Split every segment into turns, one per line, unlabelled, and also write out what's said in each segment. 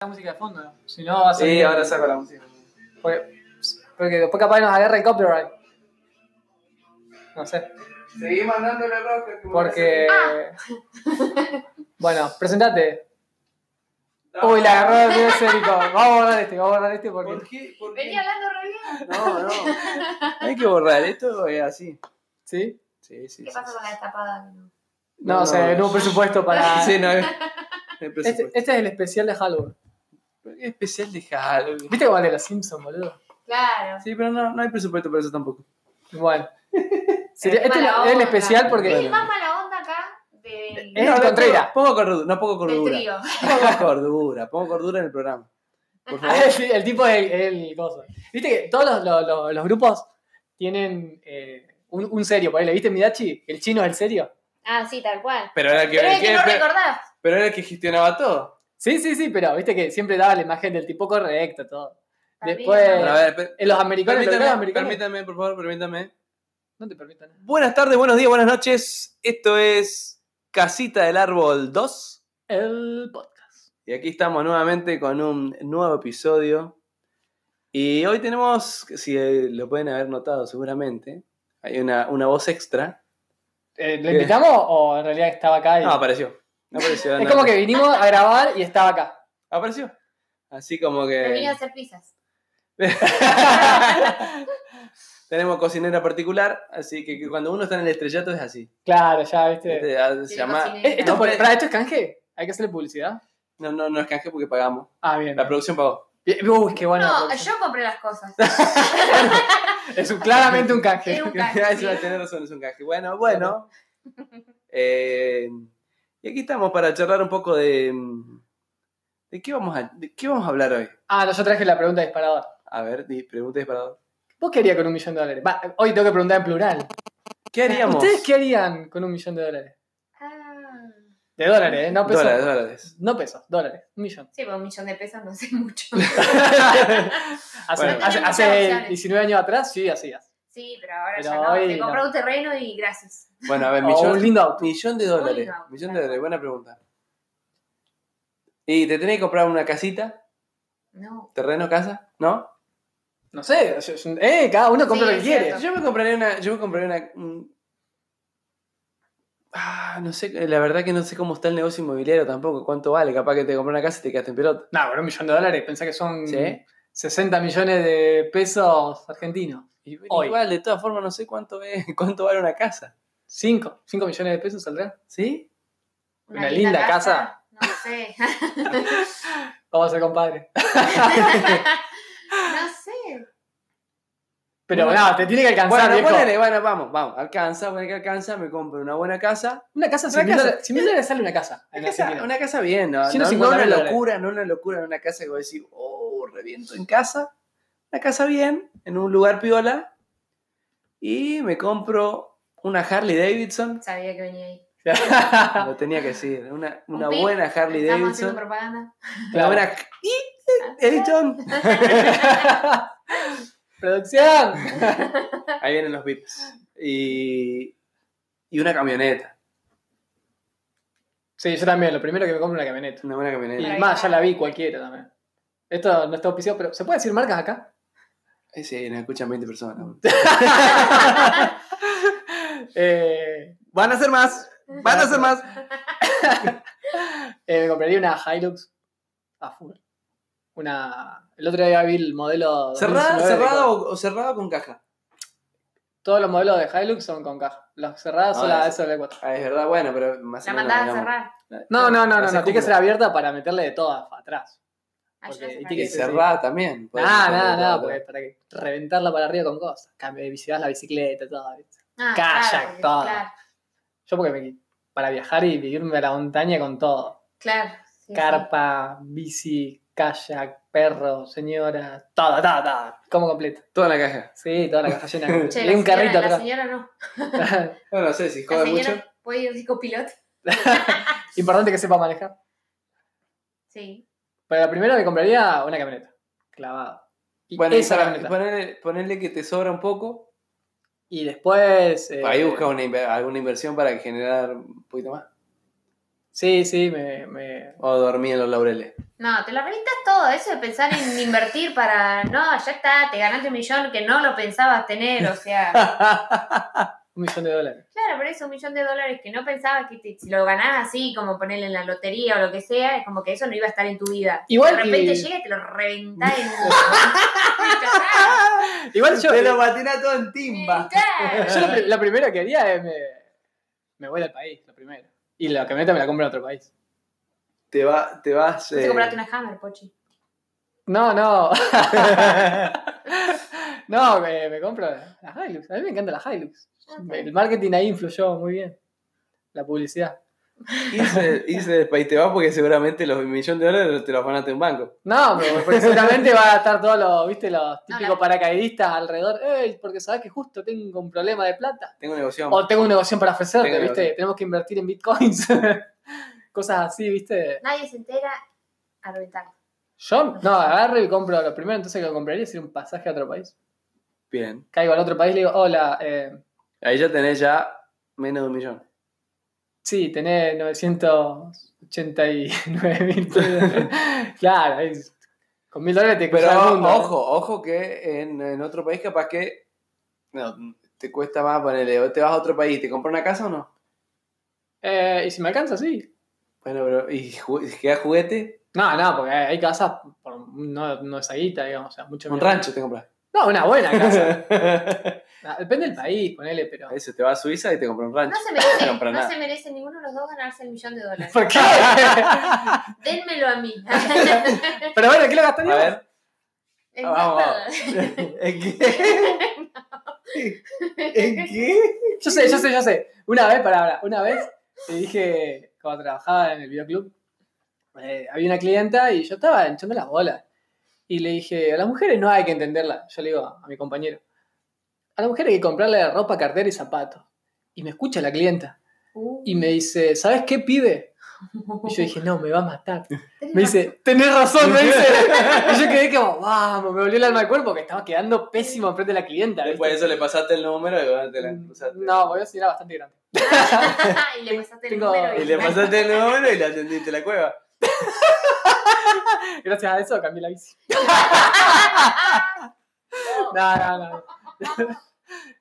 la música de fondo, ¿no? Si no, va a
Sí,
salir-
ahora saco la música.
Porque, porque después capaz nos agarra el copyright. No sé.
Seguí mandándole roca. que me
Porque. bueno, presentate.
parece-
Uy, la agarró el esférico. Vamos a borrar este, vamos a borrar este porque.
¿Por qué? ¿Por
Venía
qué? No,
hablando re bien.
no. Hay que borrar, esto es así.
¿Sí?
Sí, sí.
¿Qué
sí,
pasa
sí.
con la destapada? No?
No, o sea, no hubo presupuesto para.
Sí, no, es.
este, este es el especial de Halloween.
Es especial de Halloween.
¿Viste cómo de los Simpsons, boludo?
Claro.
Sí, pero no, no hay presupuesto para eso tampoco.
Bueno. Sería-
Es
este es
mala
el- es el
onda.
especial porque.
Es
Bueno.
el más mala onda acá del,
Es
no, no,
Contreras.
Poco, poco cordura, no poco
del
cordura.
trío.
Poco cordura, pongo cordura en el programa. Por favor.
Ah, Sí, el tipo es el, el coso. Viste que todos los, los- los- los grupos tienen eh, un, un serio, por ahí, ¿viste Midachi? El chino es el serio.
Ah, sí, tal cual.
Pero era el que,
Pero es que no
pero,
recordás.
pero era el que gestionaba todo.
Sí, sí, sí, pero viste que siempre daba la imagen del tipo correcto, todo.
También.
Después-
Bueno, a ver, per-
En los americanos, los
permítame,
grandes americanos.
permítame, por favor, permítame.
No te permitan.
Buenas tardes, buenos días, buenas noches. Esto es Casita del Árbol 2.
El podcast.
Y aquí estamos nuevamente con un nuevo episodio. Y hoy tenemos, si eh, lo pueden haber notado seguramente, hay una, una voz extra.
Eh, ¿Lo
Bien.
invitamos o en realidad estaba acá? y-
No, apareció. No apareció.
es
no,
como
no.
que vinimos a grabar y estaba acá.
Apareció. Así como
eh,
Me vine
que...
a hacer pizzas.
Tenemos cocinera particular, así que, que cuando uno está en el estrellato es así.
Claro, ya, viste.
Este, ah, se
Tiene
llama-
cocinera.
Eh, Esto, es
Nombre-
por- pará, ¿esto es canje? ¿Hay que hacerle publicidad?
No, no, no es canje porque pagamos.
Ah, bien.
La producción pagó.
Bien. Uy, qué bueno.
No, yo compré las cosas.
Es un- claramente un canje.
Era un canje,
Eso va a
sí.
tener razón, es un canje. Bueno, bueno. Eh, y aquí estamos para charlar un poco de. mm, ¿De qué vamos a, de qué vamos a hablar hoy?
Ah, no, yo traje la pregunta disparadora.
A ver, di- pregunta disparador.
¿Vos qué harías con un millón de dólares? Va, hoy tengo que preguntar en plural.
¿Qué haríamos?
¿Ustedes qué harían con un millón de dólares?
Ah,
De dólares, ¿eh? No pesos.
Dólares, dólares.
No pesos, dólares. Un millón.
sí, pero un millón de pesos no sé mucho.
Hace, hace-
Bueno.
Tenemos
hace
muchas opciones.
19 años atrás, sí, hacías.
Sí, pero ahora
Pero
ya no.
hoy
Te compré
no.
un terreno y gracias.
bueno, a ver,
O un
millón,
Oh, lindo auto.
millón de dólares.
Oiga,
Millón de
claro.
dólares, buena pregunta. ¿Y te tenés que comprar una casita?
No.
¿Terreno, casa? ¿No?
No sé, yo- yo- eh, cada uno compra
Sí,
lo que
es
quiere.
cierto.
Yo me compraría una. Yo me compraría una. un- Ah, no sé, la verdad que no sé cómo está el negocio inmobiliario tampoco, cuánto vale, capaz que te compras una casa y te quedaste en pelota.
No, pero un millón de dólares, pensá que son
Sí.
60 millones de pesos argentinos.
Y bueno,
Hoy.
igual, de todas formas, no sé cuánto es, cuánto vale una casa.
5, 5 millones de pesos saldrá.
¿Sí?
Una linda
No sé.
Vamos a ser compadre.
no sé.
Pero
Bueno.
no, te tiene que alcanzar,
Bueno,
viejo.
ponele, bueno, vamos, vamos, alcanza, bueno, que alcanza, me compro una buena casa.
Una casa,
Una
sin mil
casa.
dólares- sin mil dólares sale una casa. en
Una casa,
Argentina.
una casa bien, no, no,
150
no una
mil dólares.
locura, no una locura, no una casa que vos decís, oh, reviento en casa. Una casa bien, en un lugar piola. Y me compro una Harley Davidson.
Sabía que venía ahí.
claro.
Lo tenía que decir. Una,
Un
una
pip,
buena Harley
Estamos haciendo
Davidson.
propaganda.
Una buena. ¡Y! ¡Editon!
¡Producción!
Ahí vienen los beats. Y. Y una camioneta.
Sí, yo también. Lo primero que me compro es una camioneta.
Una buena
Y
camioneta.
Ahí
más,
está.
ya la vi cualquiera también. Esto no está auspiciado, pero ¿se puede decir marcas acá?
Eh, Sí, nos escuchan 20 personas.
Eh,
Van a ser más. Van a ser más.
eh, me compraría una Hilux a full. Una. El otro día vi el modelo.
¿Cerrada,
2019 de
cerrada
Cor-
o, o cerrada con caja?
Todos los modelos de Hilux son con caja. Los cerrados son
Ah,
las
sí.
SL4.
Ah, es verdad, bueno, pero más
La
o menos,
mandaba a
digamos.
cerrar.
No, no, no, no, no.
Hace
Tiene que
cúpula.
ser abierta para meterle de todas para atrás.
Ah, yo
Porque-
la
y
Y
tiene
cerré.
Sí, sí,
cerrada también. podés
Nada,
meterle
nada,
todo
nada.
atrás.
porque Para que reventarla para arriba con cosas. Cambio de visibilidad, la bicicleta, todo. ¿viste?
Ah,
Kayak,
claro, porque-
todo.
Claro,
Yo porque me- para viajar y vivirme a la montaña con todo.
claro. sí,
Carpa, bici, kayak, perro, señora, todo, todo, todo. Como completo.
Toda la caja.
Sí, toda la caja llena.
sí. Che,
y
la
un
señora-
carrito
La
atrás.
señora no.
No, no sé si
La
jode mucho.
señora puede ir de copiloto.
Importante que sepa manejar.
Sí.
Pero la primera me compraría una camioneta. Clavada. Y
Bueno,
esa
y para-
camioneta.
ponele, ponele que te sobra un poco.
Y después. eh,
Ahí busca una, inver- alguna inversión para generar un poquito más.
Sí, sí, me, me-
O dormí en los laureles.
No, te lo reventas todo, eso de pensar en invertir para. No, ya está, te ganaste un millón que no lo pensabas tener, o sea.
un millón de dólares.
Claro, pero es un millón de dólares que no pensabas que te- si lo ganás así, como ponerle en la lotería o lo que sea, es como que eso no iba a estar en tu vida.
Igual
de repente
que-
llega y te lo reventás en. Claro,
Igual yo,
Te lo
yo
patina todo en timba.
claro.
la, pri- la primera que haría es me, me voy del país, la primera. Y la camioneta me la compro en otro país.
Te, va, te vas.
Te
eh,
compraste una Hammer, Pochi.
No, no. no, me, me compro la Hilux. A mí me encanta la Hilux.
Ah,
El marketing ahí influyó muy bien. La publicidad.
Hice, hice del país te vas porque seguramente los millones de dólares te los van a tener un banco.
No, pero porque seguramente va a estar todos los, ¿viste? Los típicos
Hola.
paracaidistas alrededor. "Ey, porque sabes que justo tengo un problema de plata.
Tengo un negocio.
O tengo una negocio para ofrecerte,
Tengo
¿viste?
negocio.
Tenemos que invertir en bitcoins. Cosas así, ¿viste?
Nadie se entera a reventar.
Yo, no, agarro y compro lo primero, entonces que compraría sería un pasaje a otro país.
Bien.
Caigo al otro país y le digo, hola, eh,
Ahí ya tenés ya menos de un millón.
Sí, tenés 989 mil pesos. claro, es- con mil dólares te
Pero
cruzás el mundo. ¿eh?
ojo, ojo que en, en otro país capaz que no, te cuesta más ponerle. O te vas a otro país, ¿te compras una casa o no?
Eh, y si me alcanza, sí.
Bueno, pero ¿y ju- queda juguete?
No, no, porque hay casas, por- no, no esa guita, digamos, o sea, mucho
Un
menos.
rancho te compras.
No, una buena casa.
Eso,
Ah, Depende del país, ponele, pero.
te vas a Suiza y te compras un rancho.
No se merece,
No, para
no
nada.
se merece ninguno de los dos ganarse el millón de dólares.
¿Por qué?
Dénmelo a mí.
pero bueno, ¿qué lo
A
gastaría?
ver.
En
Vamos,
dólares.
¿En qué? ¿En qué?
Yo sé, yo sé, yo sé. Una vez, para ahora, una vez le dije, cuando trabajaba en el videoclub, eh, había una clienta y yo estaba hinchando las bolas. Y le dije, a las mujeres no hay que entenderla. Yo le digo a mi compañero, a las mujeres hay que comprarle ropa, cartera y zapatos. Y me escucha la clienta
Uh.
y me dice, ¿sabes qué, pibe? Y yo dije, no, me va a matar.
Tenés
Me dice, tenés razón, me dice. Y yo quedé como, vamos, me volvió el alma al cuerpo que estaba quedando pésimo enfrente de la clienta. ¿viste?
Después de eso le pasaste el número y bueno, te la cruzaste.
No, voy a era bastante grande.
razón. y le pasaste el
Tengo-
número
Y le
pasaste
pasaste el número y la atendiste la cueva.
Gracias a eso cambié la bici. No, no, no.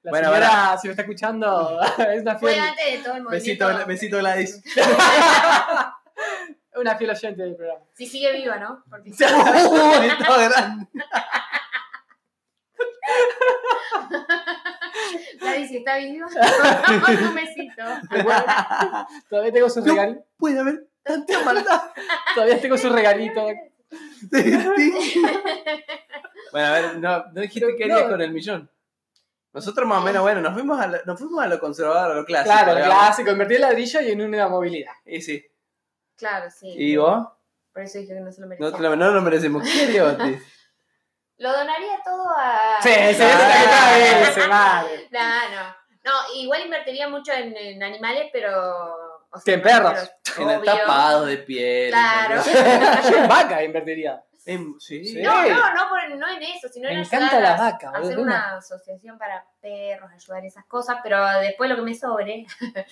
La
Bueno,
señora, si me está escuchando, es una
Fue
fiel,
antes de todo el
Besito,
movimiento.
besito Gladys.
una fiel oyente del programa.
Si sigue viva, ¿no? Porque
Uy, todo grande.
Gladys, si está viva, un besito.
Todavía tengo su
No.
regalito.
Puede haber tanta maldad.
Todavía tengo su regalito.
bueno, a ver, no, no dijiste
Pero
qué
no. Eh.
harías con el millón. Nosotros más o menos, bueno, nos fuimos a lo, nos fuimos a lo conservador, a lo clásico.
Claro,
digamos.
clásico. Invertí el ladrillo y en una movilidad.
Y sí.
Claro, sí.
¿Y vos?
Por eso dije que no se lo merecía.
No, te lo- no lo merecemos. ¿Qué harías, Bati?
Lo donaría todo a.
Sí, sí, sí,
Ah.
sí, madre.
No, no. No, igual invertiría mucho en, en animales, pero. O
Sí, en perros.
En el
obvio.
tapado de piel.
Claro.
Yo en vaca invertiría.
En- sí.
Sí.
No, no, no, por- no en eso, sino en
Me
ayudar
encanta la
a
vaca, boludo,
Hacer
de una.
una asociación para perros, ayudar a esas cosas, pero después lo que me sobre,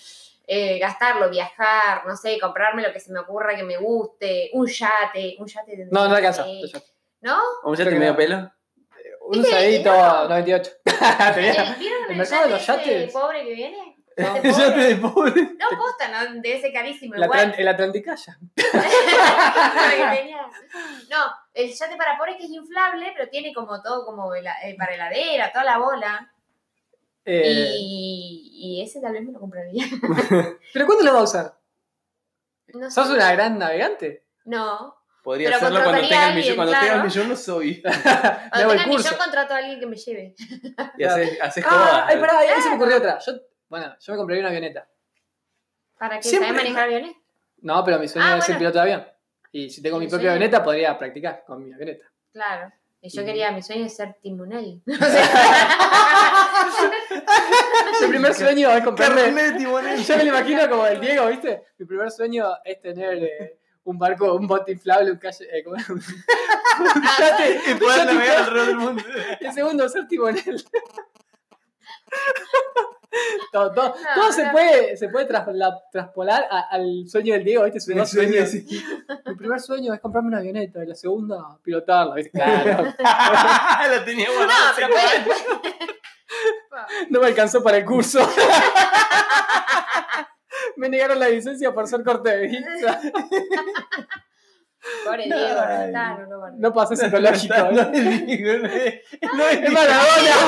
eh, gastarlo, viajar, no sé, comprarme lo que se me ocurra que me guste, un yate, un yate de...
No, no alcanza.
Eh,
Yo-
¿No?
¿Un yate medio pelo?
Un usadito
no.
98.
Eh,
Tenía-
¿Vieron
el
el,
mercado de los
yate ese
yates.
pobre que viene?
No.
Ese pobre.
pobre.
No, posta, no, de ese carísimo
La
igual.
Atlant- el Atlanticaya.
que tenía. No, el yate para pobres que es inflable, pero tiene como todo, como hela- eh, para heladera, toda la bola.
Eh,
Y, y ese tal vez me lo compraría.
¿Pero cuándo lo va a usar?
No, sé.
¿Sos una gran navegante?
no.
Podría
Pero
hacerlo cuando
contrataría
tenga
a
el millón.
alguien,
Cuando tenga el
claro.
millón no soy.
Le hago
Cuando
el
tenga mi
curso.
yo contrato a alguien que me lleve.
Y haces, haces
Ah,
jodas.
ay, pará, ahí se me ocurrió otra. Yo, bueno, yo me compraría una avioneta.
¿Para qué?
Siempre-
¿Sabes manejar aviones?
No, pero mi sueño
Ah,
es ser
bueno.
piloto de avión. Y si tengo mi
Mi
propia
sueño.
avioneta, podría practicar con mi avioneta.
Claro. Y yo
Mm.
quería, mi sueño es ser timonel. Ah,
Mi primer sueño es comprarme.
Carletti, bueno.
Yo me lo imagino como el Diego, ¿viste? Mi primer sueño es tener eh, un barco, un bote inflable, un calle. eh, ¿cómo es? un yate.
Y poder navegar alrededor del mundo.
El segundo, ser timonel. Todo, todo-
No,
todo se
no.
puede, se puede trasla- traspolar a- al sueño del Diego, ¿viste? Su
Mi
dos
sueño,
sueños.
sí.
Mi primer sueño es comprarme una avioneta y la segunda pilotarla, ¿viste?
la tenía guardada.
pero puede-
No me alcanzó para el curso. Me negaron la licencia por ser corte de vista.
Pobre Diego, no
Ay.
está, no lo guardé.
No pasé psicológico.
No,
¿eh?
es Diego, no es- no es
Es
Diego.
Maradona.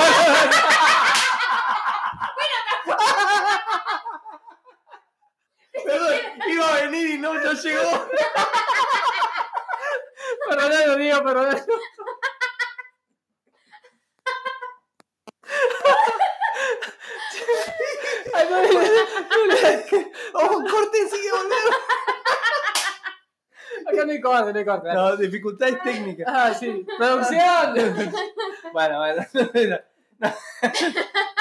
Perdón, iba a venir y no, no llegó.
Perdónalo, Diego, perdónalo. Ay, no, no, no,
Oh, corten, sigue volviendo.
no. Acá no hay corte, no hay corte.
No, dificultades técnicas.
Ah, sí. ¡Producción!
Bueno, bueno. No.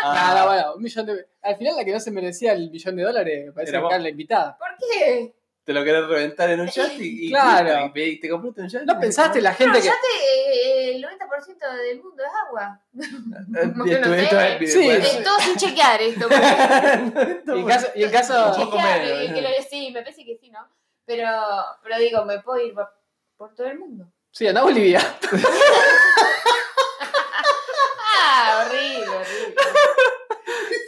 Ah,
Nada, bueno, un millón de. Al final, la que no se merecía el millón de dólares, me parece
Era
que
vos.
era la invitada.
¿Por qué?
Te lo querés reventar en un yate y, y
Claro.
listo, y pedí- te compraste un yate.
¿No pensaste la
Pero
gente que.?
Ah,
ya te, eh, el 90% del mundo es agua.
Esto,
que no
esto
sé.
es-
Sí.
bueno.
Eh, todo sin chequear esto. porque-
Y en caso. Y en
Un
caso
poco
chequear,
medio,
eh, que lo- sí, me parece que sí, ¿no? Pero, pero digo, me puedo ir por, por todo el mundo.
sí, anda a Bolivia.
Ah, horrible, horrible.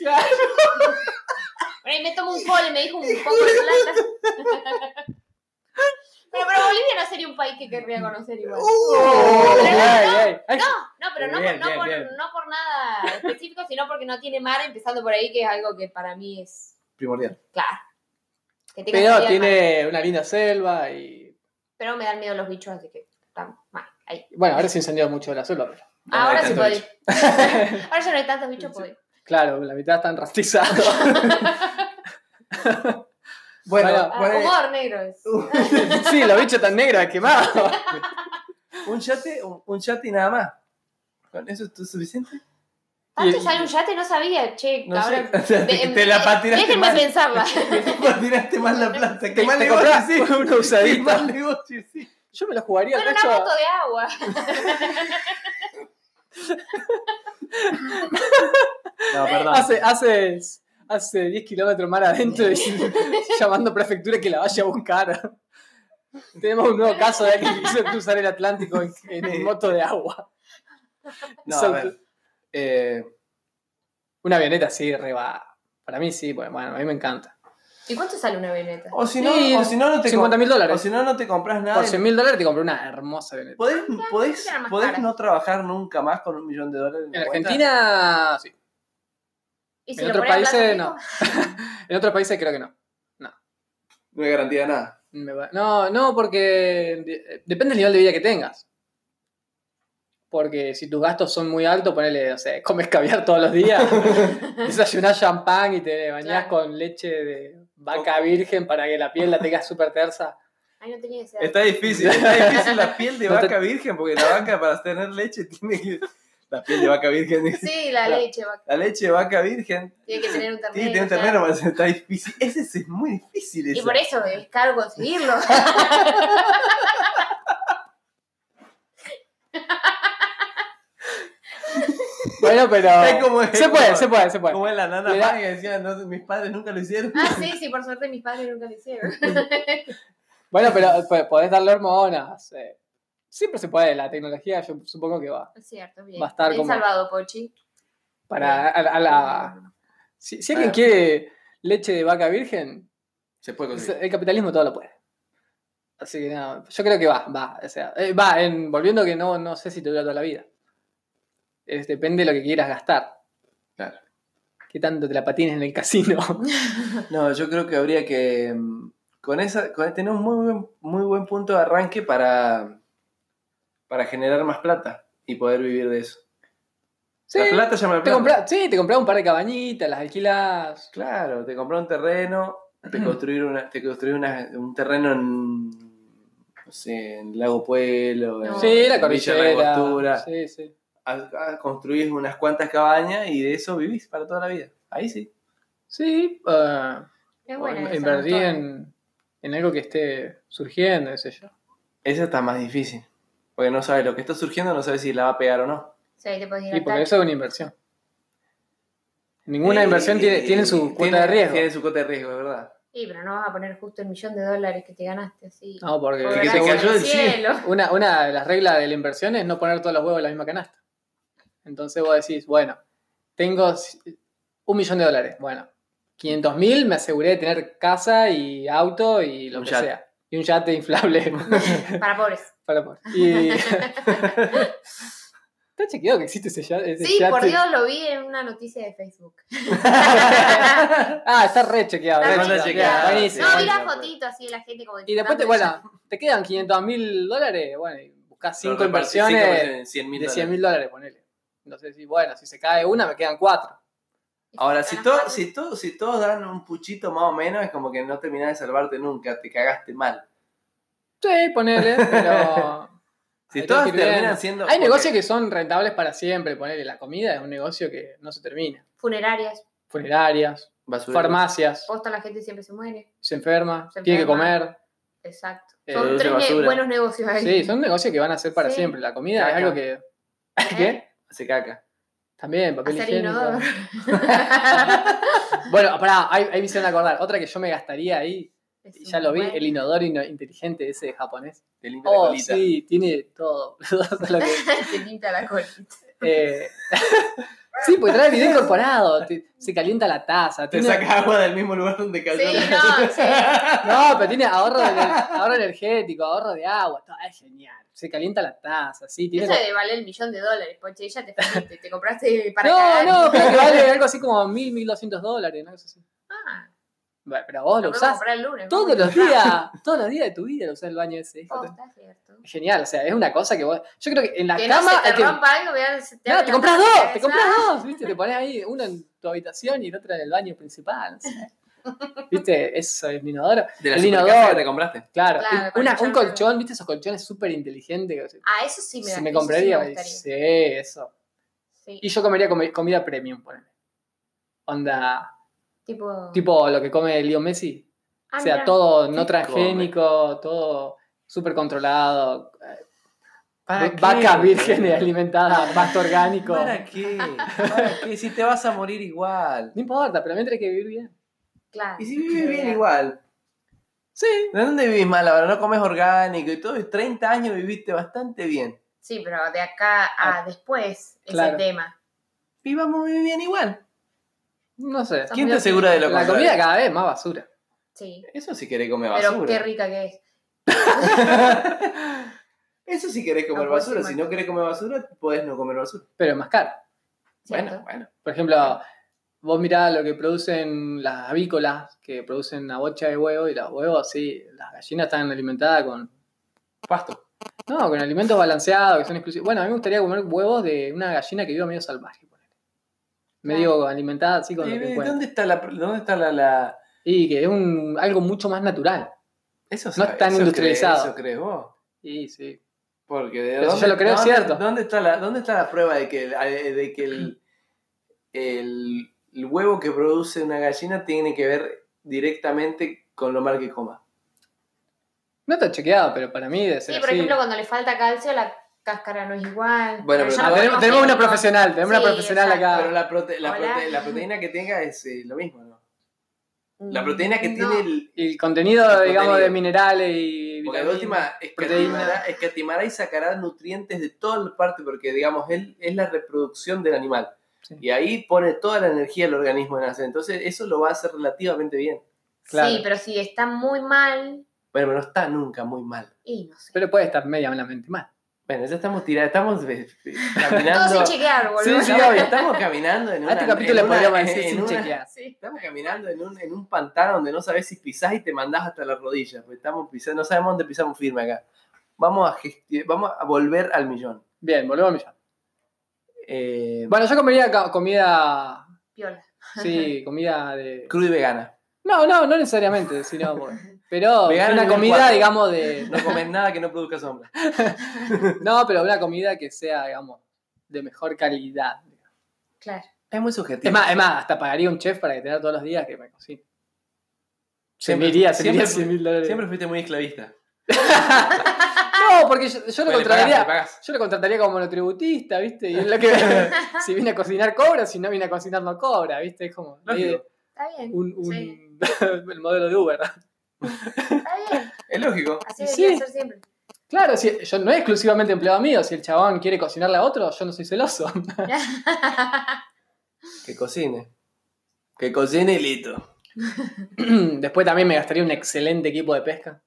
Claro.
Por ahí me tomo un col y me dijo un poco de plata. Pero, pero Bolivia no sería un país que querría conocer igual.
Oh,
Ay, ay, ay.
No, no, pero no,
Bien,
por- no
bien,
por,
bien.
no por nada específico, sino porque no tiene mar, empezando por ahí, que es algo que para mí es
Primordial.
claro. Que tenga salida
Pero
al mar.
tiene una linda selva y.
Pero me dan miedo los bichos, así que estamos mal. Ahí.
Bueno, ahora se incendió mucho la selva, pero.
no
Ahora
hay
sí
tanto
puedo ir. Ahora ya no hay tantos bichos, puedo ir.
Claro, la mitad están rastizados.
Bueno,
Bueno,
Ah,
bueno,
humor negro es.
sí, los bichos tan negros quemados.
un yate, un, un yate y nada más. ¿Con eso es suficiente?
Antes
Y-
ya un yate no sabía, che,
No
cabrón.
sé. O sea, te,
De-
te
eh,
la patinaste
Déjenme
mal.
pensarla.
Te patinaste mal la plata. Qué mal
Te
negocio,
comprás
sí.
una
Qué mal
usadita.
negocio, sí.
Yo me lo jugaría,
Pero una
Nacho.
moto de agua.
No, perdón.
Hace, hace, hace 10 kilómetros más adentro y llamando a prefectura que la vaya a buscar. Tenemos un nuevo caso de alguien que quiso cruzar el Atlántico en, en moto de agua.
No, a
So-
ver. Eh,
Una avioneta sí, re va. Para mí sí, pues, bueno, a mí me encanta.
¿Y cuánto sale una avioneta?
o si no,
Y
o si no, no te
50 mil
com- O
dólares.
si no, no te compras nada.
Por 100 mil dólares te compré una hermosa avioneta.
¿Podés, podés,
era más
podés
cara.
no trabajar nunca más con un millón de dólares?
En
la cuenta?
Argentina, sí.
¿Y
en
lo
otros
ponen a plazo
países,
fijo?
En otros países creo que no.
No hay garantía de nada.
Me va- No, no, porque de- depende del nivel de vida que tengas. Porque si tus gastos son muy altos, ponele, no sé, comes caviar todos los días, desayunás champán y te bañás
Claro.
con leche de vaca virgen para que la piel la tengas súper tersa.
Ay, no tenía ese dato.
Está difícil, está difícil la piel de
No te-
vaca virgen, porque la vaca para tener leche tiene que... La piel de vaca virgen.
Sí, la
Claro.
leche va-
La leche de vaca virgen.
tiene que tener un
Tiene que
ternero.
tener un
claro.
ternero para ser- está difícil. Ese sí es muy difícil.
Y
ese.
por eso es caro conseguirlo.
Bueno, pero.
Es como- es
se puede,
como-
se puede, se puede.
Como es la nana
Le da-
Pan que decía, "No, mis padres nunca lo hicieron.
ah, sí, sí, por suerte mis padres nunca lo hicieron.
Bueno, pero po- podés darle hormonas. eh. Siempre se puede, la tecnología yo supongo que va.
Es cierto, bien.
Va a estar
bien
como-
salvado, Pochi.
Para a, la- a la. Si, si alguien
Ah.
quiere leche de vaca virgen,
Se puede
O sea, El capitalismo todo lo puede. Así que nada, yo creo que va, va. O sea, eh, va, en, volviendo que no, no sé si te dura toda la vida. Es- depende de lo que quieras gastar.
Claro.
¿Qué tanto te la patines en el casino?
No, yo creo que habría que. mm, Con esa. Con, tener un muy buen, muy buen punto de arranque para. Para generar más plata y poder vivir de eso.
sí,
La plata llama la
te
plata.
compras sí, te compras un par de cabañitas, las alquilas.
Claro, te compré un terreno, te construir una, te construí una- un terreno en, no sé, en Lago Pueblo, en
No.
Sí, la
en Villa
cordillera.
Langostura.
Sí, sí.
A- a- construís unas cuantas cabañas y de eso vivís para toda la vida. Ahí sí.
Sí, eh,
Es buena.
o
esa,
invertí
doctora.
en, en algo que esté surgiendo, qué sé yo.
Esa está más difícil. Porque no sabes lo que está surgiendo, no sabes si la va a pegar o no.
Sí, ahí te podés ir
Y
al
porque
tacho.
eso es una inversión. Ninguna
Eh,
inversión tiene, tiene su cuota de riesgo.
Tiene su cuota de riesgo, es verdad.
Sí, pero no vas a poner justo el millón de dólares que te ganaste así.
No, porque
Por
que te
gracia
cayó
del
del cielo.
una, una de las reglas de la inversión es no poner todos los huevos en la misma canasta. Entonces vos decís, bueno, tengo c- un millón de dólares. Bueno, 500 mil me aseguré de tener casa y auto y lo
Un
que
yate.
sea. Y un yate inflable.
Para pobres.
para por- y... ¿Está chequeado que existe ese ya- ese yate?
Sí, por Dios, lo vi en una noticia de Facebook.
ah, está re chequeado.
Está
re
chequeado.
Está
Buenísimo.
No,
Sí,
vi la
bueno,
fotito así de la gente como
Y después, te,
disfrutando
bueno, te quedan 500 mil dólares. Bueno, y buscás
Lo
5
repartí, cinco
inversiones.
inversiones, 100 mil
de 100
dólares.
mil dólares, ponele. Entonces, si, bueno, si se cae una, me quedan cuatro.
de-
Ahora, si,
Las
todo-
patas.
si, todo- si todos dan un puchito más o menos, es como que no terminás de salvarte nunca, te cagaste mal.
Sí, ponele, pero.
Si
Hay
todos
que ir
terminan
viendo.
siendo.
Hay
porque-
negocios que son rentables para siempre, ponele. La comida es un negocio que no se termina.
Funerarias,
Funerarias,
Basureros.
farmacias,
posta la gente siempre se muere.
se enferma,
Se
tiene que
enferma.
comer.
Exacto.
Eh,
Son
produce
tres ne-
basura.
buenos negocios ahí.
Sí, son negocios que van a ser para
Sí.
siempre. La comida
Caca.
es algo que.
¿Eh?
¿Qué?
Hace caca.
También, papel
Hacer
higiénico.
inodoro.
Bueno, pará, ahí, ahí me hicieron acordar. Otra que yo me gastaría ahí,
Es
y
un
ya lo vi,
buen-
el inodoro ino- inteligente ese japonés.
Te limpia la
Oh,
colita.
sí, tiene todo. todo lo que-
Se pinta la colita.
Eh, sí, pues trae el video incorporado. te- se calienta la taza.
Te
tiene-
saca agua del mismo lugar donde cayó.
Sí,
la-
no, sí.
No, pero tiene ahorro, de- ahorro energético, ahorro de agua. todo, es genial. Se calienta la taza, sí. Tiene
Eso debe valer el millón de dólares, Poche. Ya te fuiste, te compraste
como-
para cagar.
no, no, creo que vale algo así como mil, mil doscientos dólares, una cosa así.
Ah,
Bueno, pero vos lo
lo podemos
usás
comprar el lunes.
todos
vamos.
los días, todos los días de tu vida lo usás el baño ese.
Oh, está cierto.
Es genial, o sea, es una cosa que vos. Yo creo que en la
Que no
cama.
se
hay
te
que-
rompa algo, vean, se te
No,
abre
te
la
compras
puerta
dos,
de
te
cabeza.
compras dos, ¿viste? Te pones ahí, uno en tu habitación y el otro en el baño principal. no sé. ¿Viste? Eso es mi inodoro.
De la
El
supercaja
inodoro.
que te compraste.
Claro,
Claro,
un-
con
una-
el
un
chanfle.
colchón, ¿viste? Esos colchones súper inteligentes. que se-
Ah, eso sí me,
se
da-
me
eso
compraría.
Sí, me gustaría.
sí, eso.
Sí.
Y yo comería comi- comida premium, ponele. Onda,
Tipo.
tipo lo que come Leo Messi.
ah,
o sea,
mira.
todo no
¿Qué
transgénico, todo súper controlado.
¿Para Ah, qué?
Vacas vírgenes alimentadas, pasto orgánico.
¿Para qué? ¿Para qué? Si te vas a morir igual.
No importa, pero mientras hay que vivir bien.
Claro.
Y si vivís bien
Mira.
igual.
Sí.
¿De dónde vivís mal ahora? No comes orgánico y todo. y 30 años viviste bastante bien.
Sí, pero de acá a después es
Ah. Claro.
el tema.
Vivamos muy bien igual.
No sé.
Son
¿Quién te
muy
asegura de lo
La
contrario?
comida cada vez más basura.
Sí.
Eso si querés comer
Pero
basura.
qué rica que es.
Eso si querés comer
No, pues,
basura.
sí,
Si no querés comer basura, podés no comer basura.
Pero es más cara.
¿cierto?
Bueno, bueno.
Por ejemplo, vos mirá lo que producen las avícolas, que producen una bocha de huevo, y los huevos, sí, las gallinas están alimentadas con.
Pasto.
No, con alimentos balanceados, que son exclusivos. Bueno, a mí me gustaría comer huevos de una gallina que viva medio salvaje, ponele. Medio alimentada así con lo que
Eh,
encuentra.
¿Dónde está la... Dónde está la, la-
Y que es un, algo mucho más natural.
Eso
No es tan industrializado.
Crees, eso crees vos.
Y sí.
Porque de
Pero si yo lo creo, es
dónde-
cierto.
¿dónde está, la, ¿Dónde está la prueba de que, el, de que el, el- el huevo que produce una gallina tiene que ver directamente con lo mal que coma?
No está chequeado, pero para mí debe
Sí,
ser
por
así.
ejemplo, cuando le falta calcio, la cáscara no es igual.
Bueno, pero
ya
Ah,
lo
tenemos,
podemos
tenemos
hacer,
una
¿no?
profesional, tenemos
Sí,
una profesional
exacto.
acá.
Pero la, prote- la,
Hola.
prote- la proteína que tenga es eh, lo mismo, ¿no? La
Mm,
proteína que
no.
tiene el...
Y el contenido,
El
digamos,
contenido.
de minerales y.
Porque de
vitaminas.
última, escatimará,
proteína.
escatimará y sacará nutrientes de toda la parte, porque digamos, él es la reproducción del animal.
Sí.
Y ahí pone toda la energía el organismo en hacer. Entonces, eso lo va a hacer relativamente bien.
Claro.
Sí, pero si está muy mal,
Bueno, pero no está nunca muy mal.
y no sé.
Pero puede estar medianamente mal.
Bueno, ya estamos tirados, estamos eh, eh,
Todo sin
caminando.
chequear, boludo.
Sí, sí, obvio, estamos caminando en
A
una.
este capítulo
en
le
una-
podríamos
en-
decir
en
sin
una-
chequear.
Sí.
Estamos caminando en un, en un pantano donde no sabes si pisás y te mandás hasta las rodillas. porque estamos pisando, no sabemos dónde pisamos firme acá. Vamos a, gesti- vamos a volver al millón.
Bien, volvemos a millón.
Eh,
Bueno, yo comería ca- comida.
Piola.
Sí, comida de.
crudo y vegana.
No, no, no necesariamente, sino. por- Pero
Vegano
una
nivel
comida,
cuatro.
digamos, de.
No comes nada que no produzca sombra.
No, pero una comida que sea, digamos, de mejor calidad.
Claro.
Es muy subjetivo.
Es más, es más, hasta pagaría un chef para que tenga todos los días que me cocine. Se
Siempre-
me iría, se me
siempre-
iría 100 mil dólares.
Siempre fuiste muy esclavista.
No, No, porque yo, yo lo
Pues le pagás, le
contrataría.
pagás.
Yo lo contrataría como monotributista, ¿viste? Y es lo que. si viene a cocinar, cobra. Si no viene a cocinar, no cobra, ¿viste? Es como. ahí de-
Lógico.
Está bien,
un, un-
Sí.
el modelo de Uber.
está bien.
Es lógico.
Así
Y
debería
sí.
ser siempre.
Claro, si, yo no es exclusivamente empleado mío. Si el chabón quiere cocinarle a otro, yo no soy celoso.
Que cocine. Que cocine y listo.
Después también me gastaría un excelente equipo de pesca.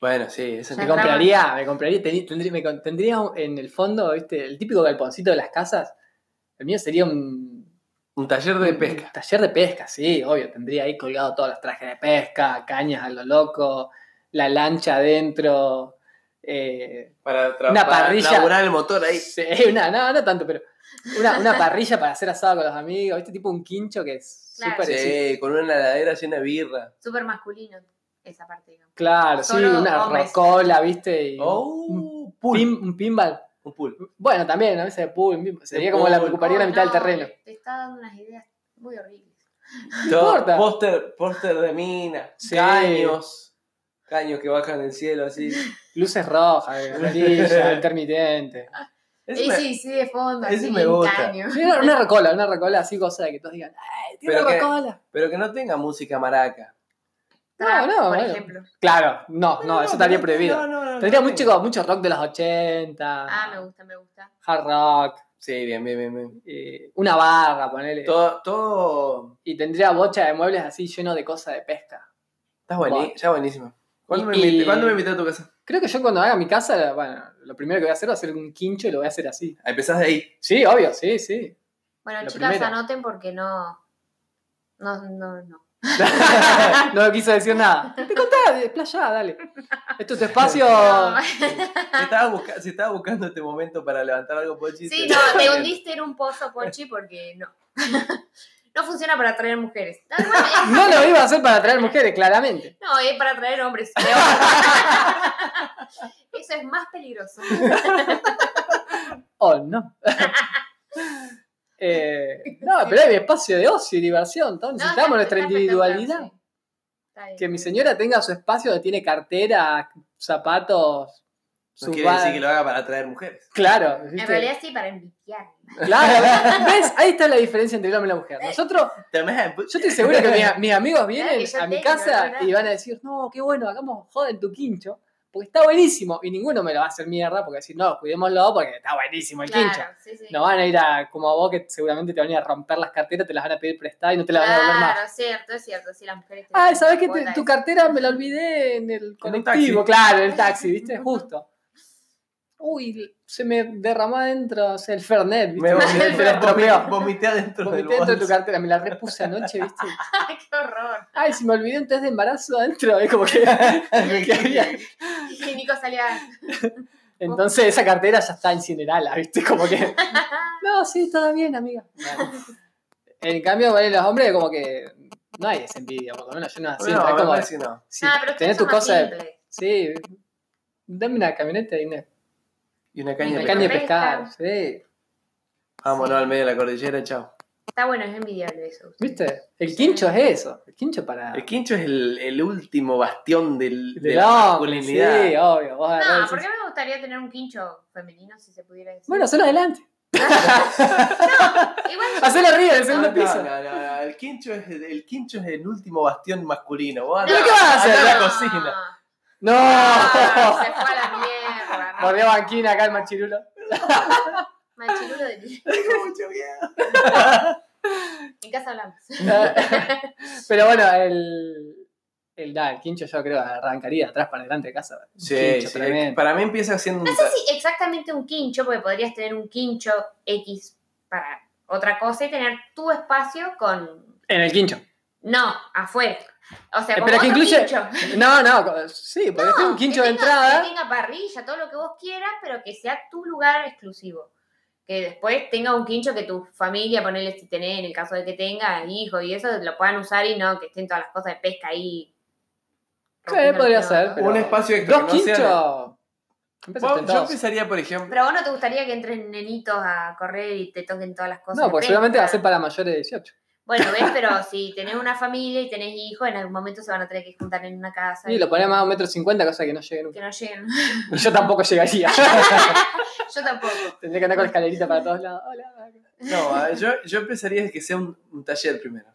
Bueno, sí, ese
Me
Ya.
compraría, me compraría, teni- tendría, me con- tendría un- en el fondo, ¿viste? El típico galponcito de las casas. El mío sería un
Un taller de
Un-
pesca.
un taller de pesca, sí, obvio. Tendría ahí colgado todos los trajes de pesca, cañas a lo loco, la lancha adentro. eh,
Para tra-
Una
para
parrilla.
laburar el motor ahí.
sí, una, no, no tanto, pero una, una parrilla para hacer asado con los amigos, ¿viste? Tipo un quincho que es
Claro.
súper. sí,
Sí, con una heladera llena de birra.
Súper masculino esa parte, digamos.
claro, sí,
Solo
una
hombres.
rocola, ¿viste? Y
Oh, pool.
pin- un pinball.
Un pool.
Bueno, también, a veces de pool, un pinball. Sería como
pool.
la que ocuparía la
Oh,
mitad
no,
del terreno.
Te está dando unas ideas muy horribles.
Todo
importa.
Póster, póster de mina.
Sí.
Caños. Caños que bajan del cielo así.
Luces rojas, eh, amarillas, intermitentes.
Ese
Y
me-
sí, sí, de fondo.
ese
así,
me gusta.
caño.
Sí, una, una rocola, una rocola así, cosa de que todos digan, ¡ay, tiene
Pero
una
que-
rocola!
Pero que no tenga música maraca.
No, no,
por
bueno.
ejemplo.
Claro, no, no, eso estaría
pero-
prohibido.
no, no, no,
Tendría
no
mucho,
tenga.
mucho rock de los 80,
Ah, me gusta, me gusta.
hard rock,
Sí, bien, bien, bien. bien.
eh, una barra, ponele.
Todo, todo.
Y tendría bocha de muebles así lleno de cosas de pesca.
Está buení-
Bueno.
ya buenísimo. ¿Cuándo, me
Y-
invité, ¿Cuándo me invité a tu casa?
Creo que yo cuando haga mi casa, bueno, lo primero que voy a hacer va a hacer un quincho y lo voy a hacer así.
Ah, Empezás de ahí.
Sí, obvio, sí, sí.
Bueno,
La
chicas,
primera.
anoten porque no. No, no, no.
no quiso decir nada. Te contá, desplayá, dale. Esto es tu espacio.
No.
Si estaba, busca- si estaba buscando este momento para levantar algo, Pochi.
Sí,
te-
no, te hundiste en un pozo, Pochi, porque no. No funciona para atraer mujeres. No, bueno, es-
No lo iba a hacer para atraer mujeres, claramente.
No, es para atraer hombres. peor. Eso es más peligroso.
Oh, no. Eh, no, pero hay espacio de ocio y diversión. Entonces,
No,
necesitamos
está-
nuestra
está espectacular,
individualidad.
sí. Está bien.
Que mi señora tenga su espacio donde tiene cartera, zapatos,
No
su
quiere
bar.
decir que lo haga para atraer mujeres.
Claro,
En
¿viste?
realidad sí, para envidiar.
Claro, ¿ves? Ahí está la diferencia entre el hombre y la mujer. Nosotros,
También,
yo estoy seguro que mi- mis amigos
Claro
vienen
que yo
a mi
tengo,
casa
¿verdad?
y van a decir, no, qué bueno, hagamos joda en tu quincho, porque está buenísimo. Y ninguno me lo va a hacer mierda porque decir, no, cuidémoslo porque está buenísimo el quincho.
Claro, sí, sí.
No van a ir a, como a vos, que seguramente te van a ir a romper las carteras, te las van a pedir prestadas y no te las van a devolver más.
Claro, cierto, es cierto. Sí, las mujeres. tienen
Ay, ¿sabes qué? Te-
cuota
tu
de-
cartera me la olvidé en el colectivo.
taxi.
Claro, en el taxi, ¿viste? Justo. Uy, se me derramó adentro, o sea, el Fernet, ¿viste?
Me
se
vomité,
me la estropeó.
vomité adentro del
Vomité dentro de tu
bolso.
cartera, me la repuse anoche, ¿viste?
Ay, qué horror.
Ay, se me olvidó un test de embarazo adentro, es como que... que había-
Y Nico salía.
Entonces esa cartera ya está incinerala, ¿viste? Como que... No, sí, todo bien, amiga. Bueno. En cambio, bueno, los hombres como que... No hay esa envidia, por lo menos yo no
No,
así.
no,
es
me
como,
parece que no.
sí,
ah, pero es que
tenés
eso
tu
es más
cosa de-
simple.
Sí, dame una camioneta y una
Y una
Una
caña de
caña de
pescado.
pescar. Sí.
Vámonos al medio de la cordillera, chao.
Está bueno, es envidiable eso.
¿Viste? El quincho es eso. El quincho para.
Ah. El quincho es el, el último bastión del, de
del
la
hombre, Sí,
masculinidad.
obvio. vos agarrás y
No,
decís,
¿por qué me gustaría tener un quincho femenino si se pudiera decir?
Bueno, hacelo adelante.
igual yo-
Hacelo arriba del
No,
segundo
no,
piso.
no, no, no, El quincho es el, el quincho es el último bastión masculino. Vos
¿Pero qué vas a hacer?
andá a
No.
la cocina.
¡No!
Ah, se fue a la mierda. ¿no?
Mordió banquina acá el machirulo.
Machirulo de mí.
Tengo mucho miedo.
En casa hablamos.
Pero bueno, el. El, da, el quincho yo creo arrancaría de atrás para adelante de casa. Un
Sí,
quincho
sí,
tremendo.
para mí empieza siendo un
No sé si exactamente un quincho, porque podrías tener un quincho X para otra cosa y tener tu espacio con.
En el quincho.
No, afuera. O sea,
Eh,
como
pero que
otro
incluye-
quincho.
No, no, co- sí, porque tengo un quincho
que
de
tenga-
entrada.
Que tenga parrilla, todo lo que vos quieras, pero que sea tu lugar exclusivo. Que después tenga un quincho que tu familia, ponele si tenés, en el caso de que tenga hijos y eso, lo puedan usar y no que estén todas las cosas de pesca ahí.
Sí, podría
rompiendo
ser.
todo.
pero
Un espacio extra,
Dos
que no
quinchos.
sea-
Empezó
Vos-
en
yo
dos.
empezaría, por ejemplo.
Pero a vos no te gustaría que entren nenitos a correr y te toquen todas las cosas.
No,
de
porque
pesca?
seguramente va a ser para mayores de 18.
Bueno, ves, pero si tenés una familia y tenés hijos, en algún momento se van a tener que juntar en una casa.
Y lo ponía más a un metro cincuenta, cosa que no llegue nunca.
Que no lleguen.
Y yo tampoco llegaría.
Yo tampoco.
Tendría que andar con escalerita para todos lados. Hola.
No, a- yo, yo empezaría que sea un, un taller primero.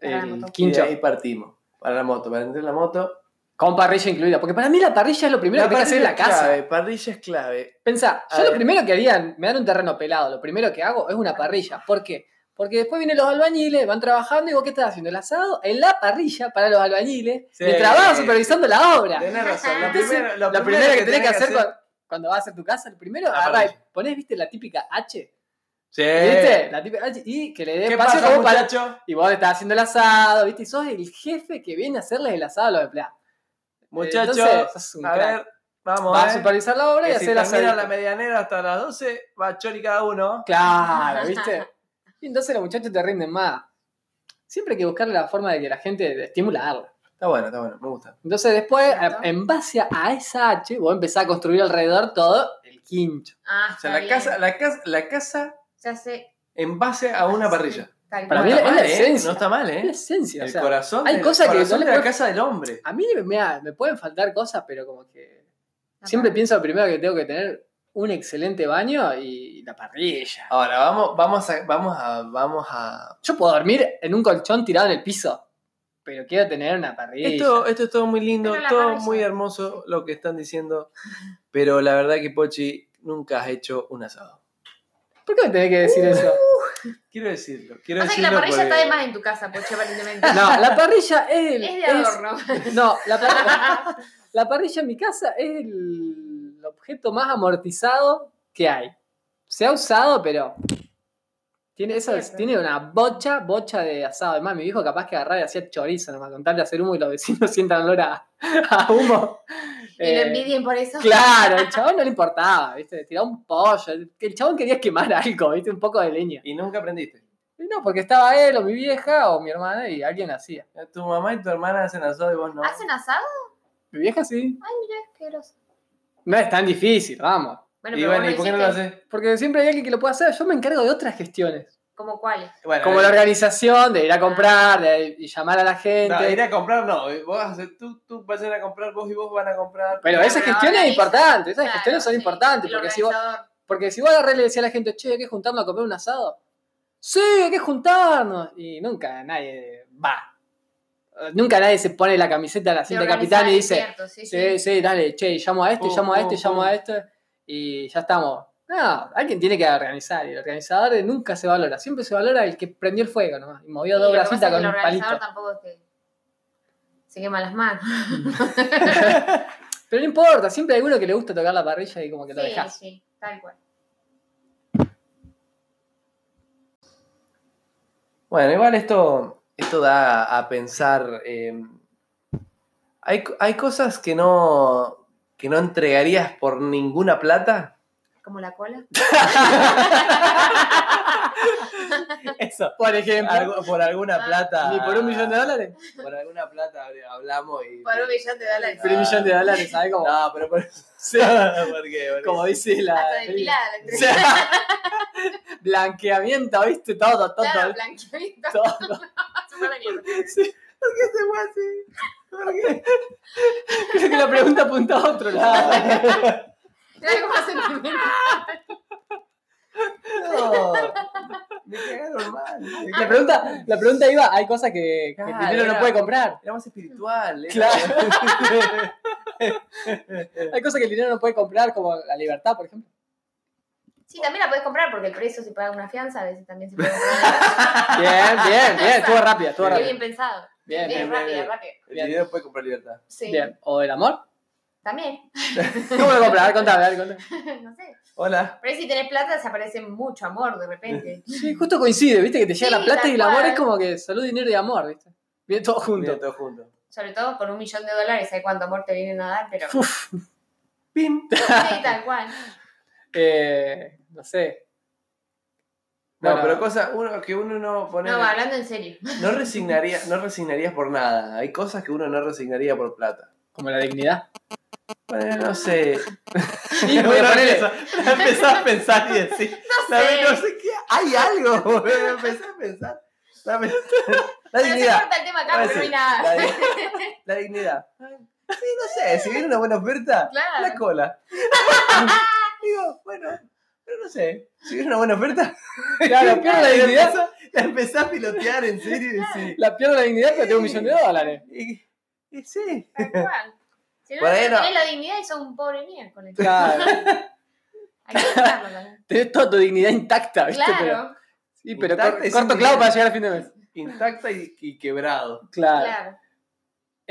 Para la
El quincho.
moto.
Quincho.
Y de ahí partimos. Para la moto, para entrar en la moto.
Con parrilla incluida. Porque para mí la parrilla es lo primero
La
que hay que hacer en la
parrilla es
casa.
clave, parrilla es clave.
Pensá,
A
yo lo
ver.
primero que haría, me dan un terreno pelado, lo primero que hago es una parrilla. ¿Por qué? Porque después vienen los albañiles, van trabajando y vos, ¿qué estás haciendo? El asado en la parrilla para los albañiles,
Sí.
mientras vas supervisando la obra.
Tenés razón. Lo
Entonces,
primero, lo
Lo
primero
primero que tenés que hacer
con-
cuando- cuando vas a hacer tu casa, lo primero,
La
agarrás,
parrilla.
ponés, viste, la típica H,
Sí.
¿viste? La típica H y que le dé
¿Qué
espacio
pasa,
como para...
muchacho?
Y vos estás haciendo el asado, viste, y sos el jefe que viene a hacerles el asado a los empleados.
Muchacho,
Entonces, sos un
a
crack.
ver, vamos.
Vas a
eh.
supervisar la obra y
Que si
hacer el asado.
termina la medianera hasta las 12, va chori cada uno.
Claro, ¿viste? Y entonces los muchachos te rinden más. Siempre hay que buscar la forma de que la gente de estimularla.
Está bueno, está bueno, me gusta.
Entonces después,
Cierto.
a- en base a esa H, vos empezás a construir alrededor todo el quincho.
Ah,
O sea,
está
la
bien.
casa, la, casa, la casa
Ya sé.
en base a una parrilla.
Tal
Para
No
cual.
mí la-
está
es la
mal, ¿eh?
esencia.
No está mal,
Es la
¿eh?
esencia. o
El
sea,
corazón,
hay
el
cosas que
corazón
no
de
le
la
puedo-
casa del hombre.
a mí mirá, me pueden faltar cosas, pero como que...
Está
Siempre
mal.
pienso primero que tengo que tener un excelente baño y la parrilla.
Ahora, vamos, vamos a, vamos a, vamos a...
Yo puedo dormir en un colchón tirado en el piso, pero quiero tener una parrilla.
Esto, esto es todo muy lindo,
Pero la
todo
parrilla.
muy hermoso lo que están diciendo, pero la verdad que Pochi nunca has hecho un asado.
¿Por qué me tenés que
Uh.
decir eso?
Quiero decirlo, quiero
O sea que
decirlo.
la parrilla
porque-
está de más en tu casa, Poche, aparentemente.
No, la parrilla es el...
Es de
es-
adorno.
No, la parrilla, la parrilla en mi casa es el, objeto más amortizado que hay. Se ha usado, pero tiene, eso,
Cierto.
tiene una bocha, bocha de asado. Además, mi viejo capaz que agarraba y hacía chorizo, nomás con tal de hacer humo y los vecinos sientan olor a, a humo.
Y lo
Eh,
envidien por eso.
Claro, el chabón no le importaba, ¿viste? Tiraba un pollo. que El chabón quería quemar algo, ¿viste? Un poco de leña.
Y nunca aprendiste.
Y no, porque estaba él o mi vieja o mi hermana y alguien hacía.
Tu mamá y tu hermana hacen asado y vos no.
¿Hacen asado?
Mi vieja sí.
Qué groso.
No es tan difícil, vamos.
Bueno,
y
pero
bueno,
vos
¿y
lo
por qué no lo
hiciste.
haces?
Porque siempre hay alguien que lo pueda hacer. Yo me encargo de otras gestiones.
¿Como cuáles?
Bueno, eh,
Como la organización, de ir a comprar, de y llamar a la gente.
No, ir a comprar no. eh, Vos, haces- tú, tú vas a ir a comprar, vos y vos van a comprar.
Pero
No,
esas
pero
gestiones
organiza-
es importante. Esas
Claro,
gestiones son
sí,
importantes.
el
Porque si, vos,
organizador.
porque si vos agarrás y le decías a la gente, che, hay que juntarnos a comer un asado. Sí, hay que juntarnos. Y nunca nadie va. Eh, Nunca nadie se pone la camiseta de la cinta de
organizar,
capitán y
es
dice,
cierto, sí,
sí,
sí.
sí, dale, che, llamo a este,
Pum,
llamo a
pum,
este, llamo
pum.
a este. Y ya estamos. No, alguien tiene que organizar. Y el organizador nunca se valora. Siempre se valora el que prendió el fuego nomás. Y movió
Y lo
dos
que pasa
bracitas
es que
con
el
un
organizador
palito.
tampoco es que se quema las manos.
Pero no importa, siempre hay uno que le gusta tocar la parrilla y como que lo
sí,
dejas.
sí, tal cual.
Bueno, igual esto, esto da a pensar. eh, hay, co- hay cosas que no, que no entregarías por ninguna plata.
Como la cola.
Eso.
Por ejemplo,
por
Ah.
alguna plata.
ni por un millón de dólares.
Por alguna plata habl- hablamos y. pues
Por un millón de dólares.
Por un millón de dólares, ¿sabes? Como,
No, pero por
sí,
¿Por qué? Porque-
como dice la.
Hasta depilada.
O sea, blanqueamiento, ¿viste? Todo, todo.
Claro, blanqueadito.
todo.
Se fue a la mierda.
¿Por qué se fue así? ¿Por qué?
Creo que la pregunta apunta a otro lado.
Claro, como sentimiento.
No. Me cagaron
Ah.
mal.
La pregunta, la pregunta iba, hay cosas que, que el
Claro,
dinero no
era-
puede comprar.
Era más espiritual, ¿eh?
Claro. Hay cosas que el dinero no puede comprar, como la libertad, por ejemplo.
Sí, también la podés comprar porque el precio se paga una fianza, a veces también se puede comprar.
Bien, bien, bien. Estuvo rápida, estuvo
Bien.
Qué
rápida.
bien pensado.
Bien,
Bien,
bien,
bien,
rápido,
bien.
rápido.
El
Bien.
dinero puede comprar libertad.
Sí.
bien. ¿O el amor?
También.
¿Cómo lo compras? A ver, contame, a ver, contame.
No sé.
Hola.
Pero si tenés plata, desaparece mucho amor de repente.
Sí, justo coincide, ¿viste? Que te llega
Sí,
la plata y el
tal
amor
cual.
es como que salud, dinero y amor, ¿viste? Bien, todo junto.
Bien, todos juntos.
Sobre todo con un millón de dólares, ¿sabes cuánto amor te vienen a dar? Pero
Uf,
Pim.
sí, tal cual.
eh, no sé.
No,
Bueno.
pero cosa uno, que uno no pone.
No, va, hablando en serio.
no resignaría, no resignarías por nada. Hay cosas que uno no resignaría por plata.
Como la dignidad.
Bueno, no sé.
Y voy a ponerle.
empezás a pensar y decir.
No sé.
qué. Hay algo, boludo. Empezás a pensar. Dame- La
Pero se
dignidad.
corta el tema acá,
Ahora
pero no hay
sí,
nada.
La, di- la dignidad. Sí, no sé, si viene una buena oferta,
Claro.
la cola. Digo, bueno, pero no sé. Si viene una buena oferta,
Claro, pierdo la dignidad,
empezás- la empezás a pilotear en serio y sí.
la pierdo la dignidad, pero tengo un millón de dólares.
Y, y sí.
Tal cual. Si no,
Por ahí
no
no.
tenés la dignidad y sos un pobre miércoles.
Claro.
Hay que buscarlo también.
Tenés toda tu dignidad intacta, ¿viste? Pero,
Claro,
sí, pero
Intacta
cor-
y sin
corto
dignidad.
clavo para llegar a fin de mes.
Intacta y, y quebrado.
Claro.
claro.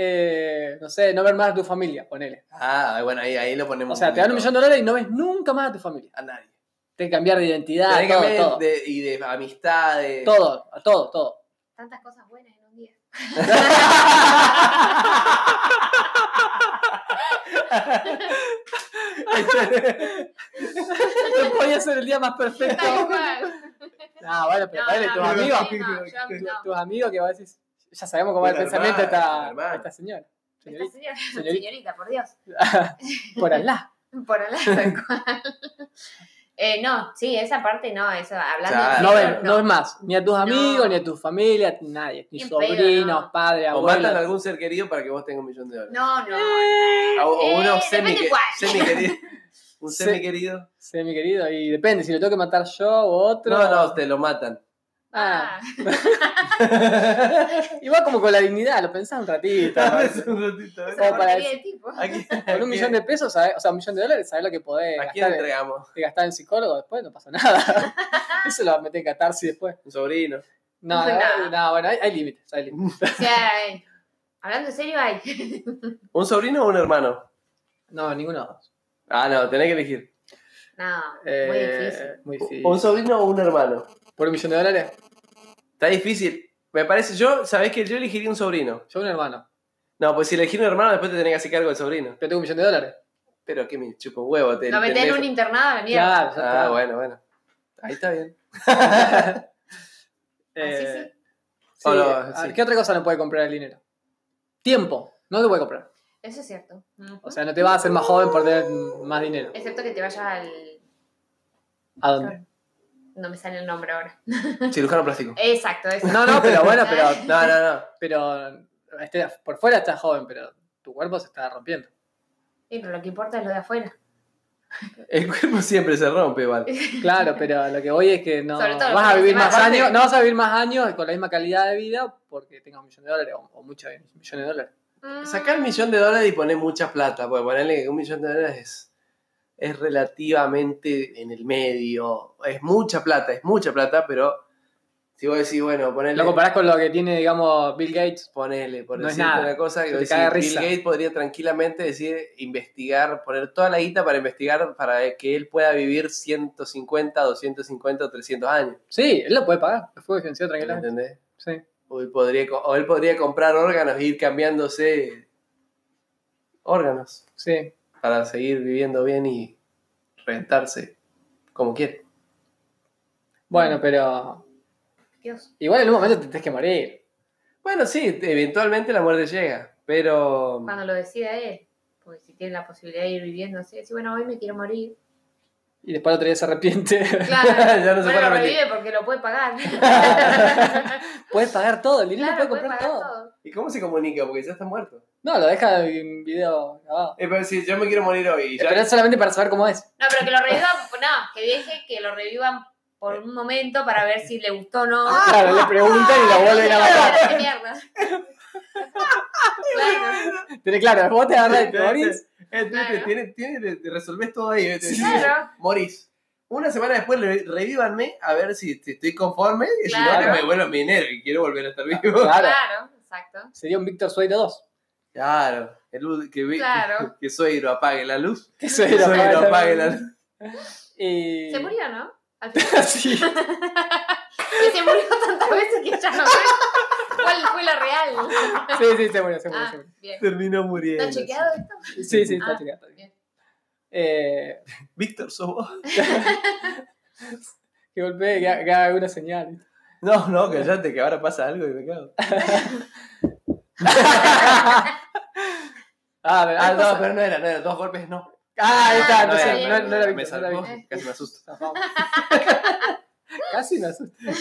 Eh, no sé, no ver más a tu familia, ponele.
Ah, bueno, ahí, ahí lo ponemos.
O sea, te dan un millón de dólares y no ves nunca más a tu familia.
a nadie.
Tenés que cambiar de identidad,
Tenés que
Ah, todo,
ver
todo.
de- y de amistades.
Todo, a todo, todo.
Tantas cosas buenas en un día.
No podía ser el día más perfecto.
Tal cual.
No, bueno, pero ponele,
no,
tus
no,
amigos,
sí, no, yo,
tu-
no.
tus amigos que vos decís, ya sabemos cómo va el
Una
pensamiento de
hermana, una
esta,
hermana.
esta señora.
Esta
Señorita.
señora-
Señorita.
Señorita, por Dios.
Por Allah.
Por hablar tal cual. Eh, no, sí, esa parte no, eso, hablando de
Claro.
No
sexo,
ves, no ves más, ni a tus amigos,
No.
ni a tu familia, ni nadie, ni
Ni en pedo,
sobrinos,
no.
padres,
O matan a
abuelos.
algún ser querido para que vos tengas un millón de dólares.
No, no.
O, o
Eh,
uno
depende
semi,
cuál.
querido. Un
Sí.
semi querido.
Sí, mi querido, y depende, si lo tengo que matar yo o otro.
No, no, te lo matan.
Ah.
Ah,
Y va como con la dignidad, lo pensás un ratito. ¿no?
Dame un ratito, a ver.
Como
esa
para
porquería de tipo.
¿A quién-
Con
a
un millón de
quién-
pesos, ¿sabes? o sea, un millón de dólares, sabes lo que podés
¿A quién
gastar,
entregamos?
te gastás en psicólogo después, no pasa nada. Eso lo metés en catarsis después.
Un sobrino.
No,
No,
no,
no.
no, bueno, hay, hay límites, hay límites.
O sea, eh, hablando en serio, hay.
¿Un sobrino o un hermano?
No, ninguno de los dos.
Ah, no, tenés que elegir.
No, muy
Eh,
difícil.
Muy difícil.
¿Un sobrino o un hermano?
¿Por un millón de dólares?
Está difícil. Me parece, yo, sabés que yo elegiría un sobrino.
Yo un hermano.
No, pues si elegir un hermano, después te tenés que hacer cargo del sobrino.
Pero tengo un millón de dólares.
Pero que me chupo un huevo. Te,
Lo
te
metés en
dejo-
un internado a la mierda.
Claro, ya
Ah,
está.
bueno, bueno. Ahí está bien.
Así
Eh,
Ah, sí.
sí,
O lo-
ah,
sí.
¿Qué otra cosa no puede comprar el dinero? Tiempo. No te puede comprar.
Eso es cierto. Ujú.
O sea, no te vas a hacer más joven por tener más dinero.
Excepto que te vayas al.
¿A dónde?
No me sale el nombre ahora.
Cirujano plástico.
Exacto, eso.
No, no, pero bueno, pero,
No, no, no.
pero este, por fuera estás joven, pero tu cuerpo se está rompiendo.
Sí, pero lo que importa es lo de afuera.
El cuerpo siempre se rompe, vale.
Claro, pero lo que voy es que no
Sobre todo
vas a
los
vivir
fines de
más
semana.
años, no vas a vivir más años con la misma calidad de vida porque tengas un millón de dólares o, o muchos millones de dólares.
Mm,
Sacar un millón de dólares y poner mucha plata. Porque ponerle que un millón de dólares es, es relativamente en el medio. Es mucha plata, es mucha plata, pero si vos decís, bueno, ponerle.
Lo comparás con lo que tiene, digamos, Bill Gates.
Ponele, por
No es
decirte
nada.
una cosa, que
Se te
vos
cae de
decís, Bill
risa.
Gates podría tranquilamente decir, investigar, poner toda la guita para investigar para que él pueda vivir 150, 250 o 300 años.
Sí, él lo puede pagar. Lo fue financiado
¿Me
tranquilamente.
entendés?
Sí.
O él, podría, co- o él podría comprar órganos e ir cambiándose órganos
Sí.
para seguir viviendo bien y rentarse como quiere.
Bueno, pero
Dios.
igual en un momento te tenés que morir.
Bueno, sí, eventualmente la muerte llega, pero...
Cuando lo decida él. Porque si tiene la posibilidad de ir viviendo así, decir, bueno, hoy me quiero morir.
Y después al otro día se arrepiente.
Claro.
Ya no se
bueno,
puede
revive porque lo puede pagar. claro,
Puedes pagar todo, el dinero
puede
puede comprar
pagar
todo.
todo.
¿Y cómo se comunica? Porque ya está muerto.
No, lo deja en video grabado.
Eh, pero si yo me quiero morir hoy y ya...
Pero es solamente para saber cómo es.
No, pero que lo revivan, no, que deje que lo revivan por un momento para ver si le gustó o no.
Ah,
Claro, le preguntan y lo vuelven a matar.
¡Qué mierda! Claro,
Tenés claro, vos te agarrás y te morís.
Entonces, entonces, Eh, tiene, tiene, te resolvés todo ahí. ¿viste?
claro.
Morís. Una semana después le- revívanme a ver si te- estoy conforme. y Si no,
Claro.
que me vuelvan mi dinero y quiero volver a estar vivo.
Claro.
Claro, exacto.
Sería un Víctor Sueiro 2.
Claro, el ud- que, vi-
Claro.
que, que Suegro apague la luz.
Que
Que
Sueiro
Suegro apague la luz.
Y...
Se murió, ¿no? Al final.
Sí.
Que se murió tantas veces que ya no sé cuál fue la real.
Sí, sí, se murió, se murió.
Ah,
se murió.
bien.
Terminó muriendo.
¿Está chequeado esto?
Sí, sí, está
Ah,
chequeado, está
bien.
Eh,
Víctor, sos vos.
que golpee, que ha- que haga alguna señal.
No, no, callate, que ahora pasa algo y me cago.
ah, pero,
Ah, no,
cosa-
pero no era, no era. Dos golpes no.
Ah, ahí está,
Ah,
entonces
no
no,
era.
no era
me
Víctor, no era
salvó,
Víctor.
casi me asusto.
Zafamos. Casi me asusta.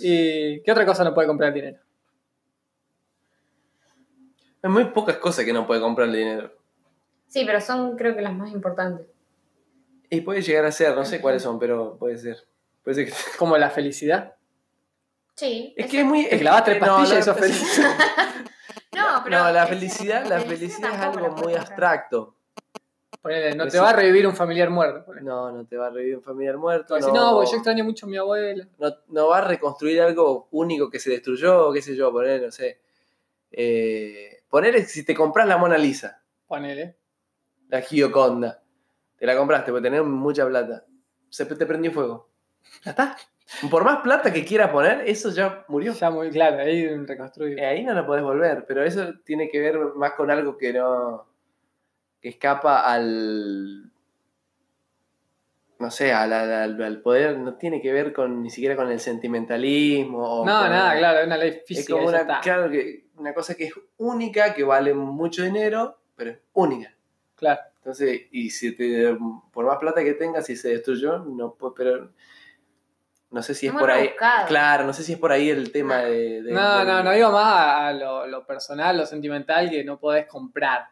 ¿Y qué otra cosa no puede comprar el dinero?
Hay muy pocas cosas que no puede comprar el dinero.
Sí, pero son creo que las más importantes.
Y puede llegar a ser, no sé cuáles son, pero puede ser. Puede ser que...
Como la felicidad.
Sí.
Es
eso-
que es muy...
Te clavas tres
no,
pastillas
la-
y sos feliz.
No, pero
No, la
es-
felicidad, la felicidad es
tampoco
algo
la puedo
muy
comprar.
abstracto.
Ponele, no
Pues
te
sí.
va a revivir un familiar muerto. ponele.
No, no te va a revivir un familiar
Te
muerto.
va a
Pues No,
decir, no, porque yo extraño mucho a mi abuela.
no, no va a reconstruir algo único que se destruyó, qué sé yo, poner, no sé. Eh, poner si te compras la Mona Lisa,
Ponele.
la Gioconda, te la compraste porque tenés mucha plata, se te prendió fuego. Ya está. Por más plata que quieras poner, eso ya murió.
Ya muy claro, ahí un reconstruido.
Eh, ahí no lo podés volver, pero eso tiene que ver más con algo que no. que escapa al. no sé, al, al- al- al poder, no tiene que ver con ni siquiera con el sentimentalismo.
no,
o con-
nada, claro, es una ley
eh, Es
física.
como
ya
una,
está.
claro, que una cosa que es única, que vale mucho dinero, pero es única.
Claro.
Entonces, y si te, por más plata que tengas, si se destruyó, no puedo, pero no sé si es
Muy
por ahí.
rebuscado.
Claro, no sé si es por ahí el tema de. de-
No,
del-
no, no digo más a, a lo, lo personal, lo sentimental que no podés comprar.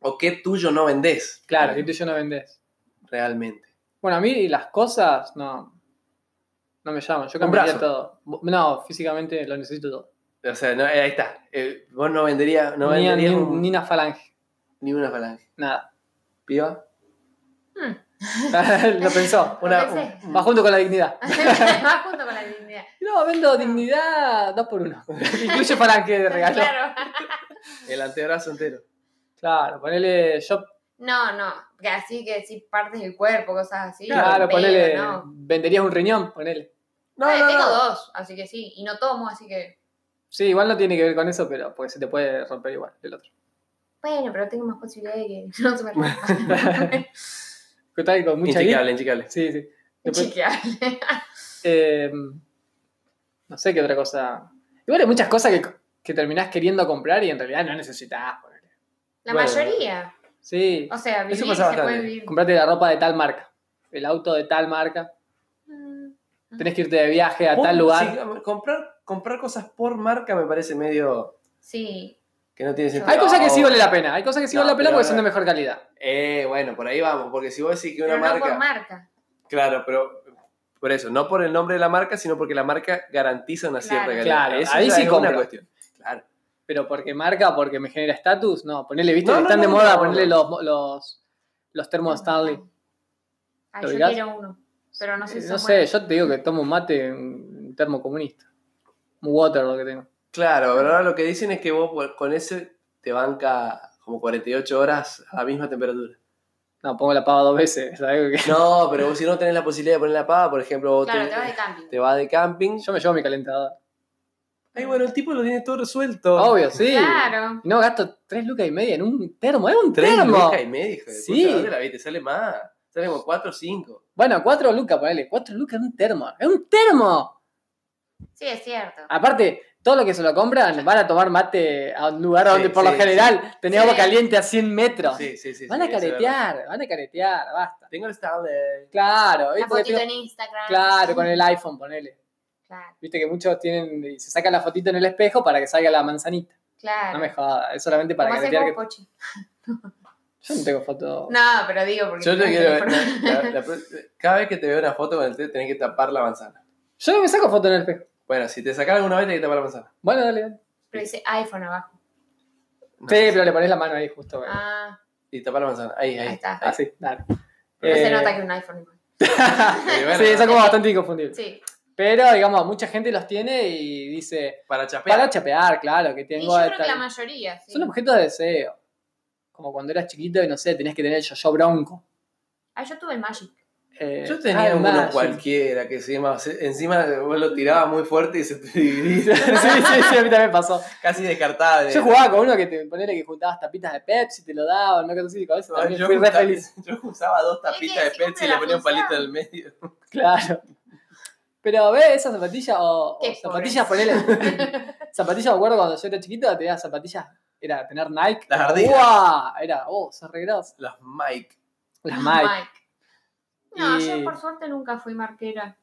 o qué tuyo no vendés.
Claro, que tú y yo no vendés.
Realmente.
Bueno, a mí las cosas no, no me llaman. Yo
Un
compraría
brazo.
todo. No, físicamente lo necesito todo.
O sea, no, eh, ahí está. Eh, vos no venderías, no
ni,
venderías
ni-
un-
ni una falange,
ni una falange.
nada.
¿Piba?
Hmm.
lo pensó.
Lo
Una-
pensé.
Va junto con la dignidad.
Va junto con la dignidad.
No, vendo dignidad dos por uno. Incluye falange de regalo. Claro,
Claro.
El antebrazo entero.
ponele yo.
No, no. que Así que decís partes del cuerpo, cosas así.
Claro,
Pero
ponele.
No.
Venderías un riñón, ponele.
No,
Eh,
no,
tengo
no.
dos, así que sí. Y no tomo, así que.
Sí, igual no tiene que ver con eso, pero porque se te puede romper igual el otro.
Bueno, pero tengo más posibilidades de que no se me rompa.
¿Qué tal? Con mucha guita.
Inchicable, inchicable.
Sí, sí. Después,
Chiqueable.
eh, no sé qué otra cosa. Igual hay muchas cosas que, que terminás queriendo comprar y en realidad no necesitas. ponele.
La
Bueno.
mayoría.
Sí.
Ah.
O sea, vivir se
pasa
puede
bastante.
vivir.
Comprate la ropa de tal marca, el auto de tal marca,
Mm.
tenés que irte de viaje a
Por-
tal lugar.
Ah. sí, comprar, comprar cosas por marca me parece medio
Sí.
que no tiene sentido.
Hay cosas que sí
Ahora-
vale la pena, hay cosas que sí
No,
vale la pena
pero
porque son de
ahora-
mejor calidad.
Eh, bueno, por ahí vamos, porque si vos decís que una
Pero no
marca.
por marca.
Claro, pero por eso, no por el nombre de la marca, sino porque la marca garantiza una cierta
Claro.
calidad.
Claro,
Eso
ahí
ya
sí
es una
compro.
cuestión. Claro.
Pero porque marca, porque me genera estatus, no, ponele, viste,
No, no,
están de
no,
moda
no,
ponerle
no.
los, los, los termos Stanley.
Ah,
¿Lo
yo
ubicás?
quiero uno. Pero no sé
Eh,
si
No
son
sé,
buenos.
yo te digo que tomo un mate, un termo comunista. Un water lo que tengo.
Claro, pero ahora lo que dicen es que vos por- con ese te banca como 48 horas a la misma temperatura.
No, pongo la pava dos veces, ¿sabés? Que-
No, pero vos si no tenés la posibilidad de poner la pava, por ejemplo, vos
Claro,
te,
te vas de camping.
te vas de camping.
Yo me llevo mi calentador.
Ay, bueno, el tipo lo tiene todo resuelto.
Obvio, sí.
Claro.
No, gasto tres lucas y media en un termo, es un
Tres
termo.
lucas y medio, hijo de
Sí.
puta, ¿dónde la viste? Sale más. Sale como 4 o 5.
Bueno, cuatro lucas, ponele. Cuatro lucas en un termo. ¡Es un termo!
Sí, es cierto.
Ah, Aparte, todo lo que se lo compran van a tomar mate a un lugar
Sí,
donde por lo
sí,
general tenés
Sí.
agua caliente a 100 metros.
Sí, sí, sí.
van a
sí, eso es verdad.
caretear, van a caretear, basta.
Tengo el Stanley.
Claro, ¿viste?
La
Porque
fotito
tengo-
en Instagram.
claro, con el iPhone, ponele.
Claro,
Viste que muchos tienen y se sacan la fotito en el espejo para que salga la manzanita.
claro.
No me jodas, es solamente para
¿Cómo haces
caretear.
vos,
que-
Pochi?
Yo no tengo foto.
No, pero digo porque...
Yo te
tenés
quiero ver.
teléfono.
la- la- la pro- cada vez que te veo una foto con el té, tenés que tapar la manzana.
Yo no me saco foto en el espejo.
Bueno, si te sacan alguna vez, tenés que tapar la manzana.
Bueno, dale, dale.
Pero dice iPhone abajo.
No.
Sí, pero le pones la mano ahí justo. güey.
Ah,
Y tapar la manzana. Ahí, ahí.
ahí está.
Así, dale.
No
Eh,
se nota que es un iPhone. igual.
Y bueno,
sí, eso es como bastante inconfundible.
Sí.
Pero, digamos, mucha gente los tiene y dice,
Para chapear.
para chapear, claro, que
Y
tengo...
yo
a
creo que
tal-
la mayoría, sí.
Son objetos de deseo. Como cuando eras chiquito y, no sé, tenías que tener el yo-yo bronco.
Ah, yo tuve el Magic.
Eh,
Yo tenía
ah,
uno
Magic.
cualquiera que encima, encima vos lo tirabas muy fuerte y se te dividía.
sí, sí, sí, a mí también pasó.
Casi descartable.
Yo jugaba con uno que te ponele que juntabas tapitas de Pepsi, te lo daban, una cosa así, con eso
No,
también
Ah, yo
fui re
usaba-
feliz.
Yo usaba dos
que
tapitas de
si
Pepsi
cumple
y le
la
ponía un palito en
función.
el medio.
Claro. Pero, ¿ves? Esas zapatillas o, o
Qué
zapatillas, ponele... zapatillas, me acuerdo cuando yo era chiquito, tenía zapatillas, era tener Nike.
Las
era,
ardidas.
¡guau! Era, oh, se arreglados.
Las Mike.
Las Mike.
No,
Y-
yo por suerte nunca fui marquera.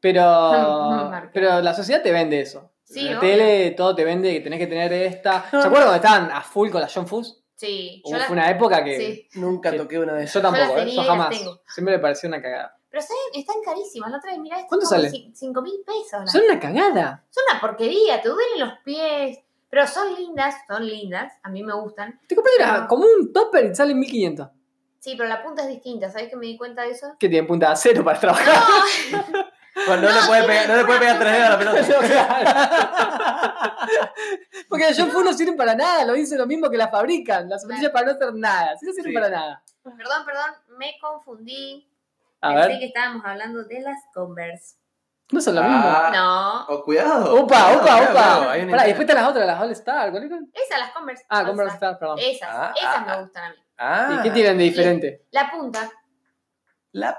Pero,
Marketing.
pero la sociedad te vende eso.
Sí,
la
obvio.
tele, todo te vende que tenés que tener esta. ¿Se
No,
acuerdan cuando estaban a full con la John Fuss?
Sí,
Hubo
yo las-
una época que
sí.
Nunca
Sí.
toqué una de esas.
yo tampoco,
las
¿eh? yo
tenía y las
jamás.
tengo.
Siempre me pareció una cagada.
Pero ¿saben? están carísimas. La otra vez, mirá, están
¿Cuánto
como
sale?
cin- cinco mil pesos. las-
Son una cagada.
Son una porquería, te duelen los pies. Pero son lindas, son lindas. A mí me gustan.
Te compras una- como un topper y sale 1500.
Sí, pero la punta es distinta. ¿Sabes que me di cuenta de eso?
Que tienen punta de acero para trabajar.
No,
Bueno, no,
No,
le puede
sí,
pegar, no le puede pegar tres dedos a la pelota.
No, claro. Porque las John Fuss no sirven para nada, lo dice lo mismo que las fabrican. Las
Claro.
zapatillas para no hacer nada, si no sirven
Sí.
para nada.
perdón, perdón, me confundí.
A
Pensé
ver,
que estábamos hablando de las Converse.
no son lo
Ah,
No,
Oh, cuidado.
mismo. Opa,
Cuidado,
opa,
cuidado,
opa.
cuidado, hay una
Pará, y después
idea.
están las otras, las All Star. ¿Cuáles eran?
esas las Converse.
Ah,
falsas.
compras All Star, perdón.
Esas,
Ah,
esas
ah,
me gustan a mí.
Ah,
¿Y qué tienen de diferente?
La punta.
La...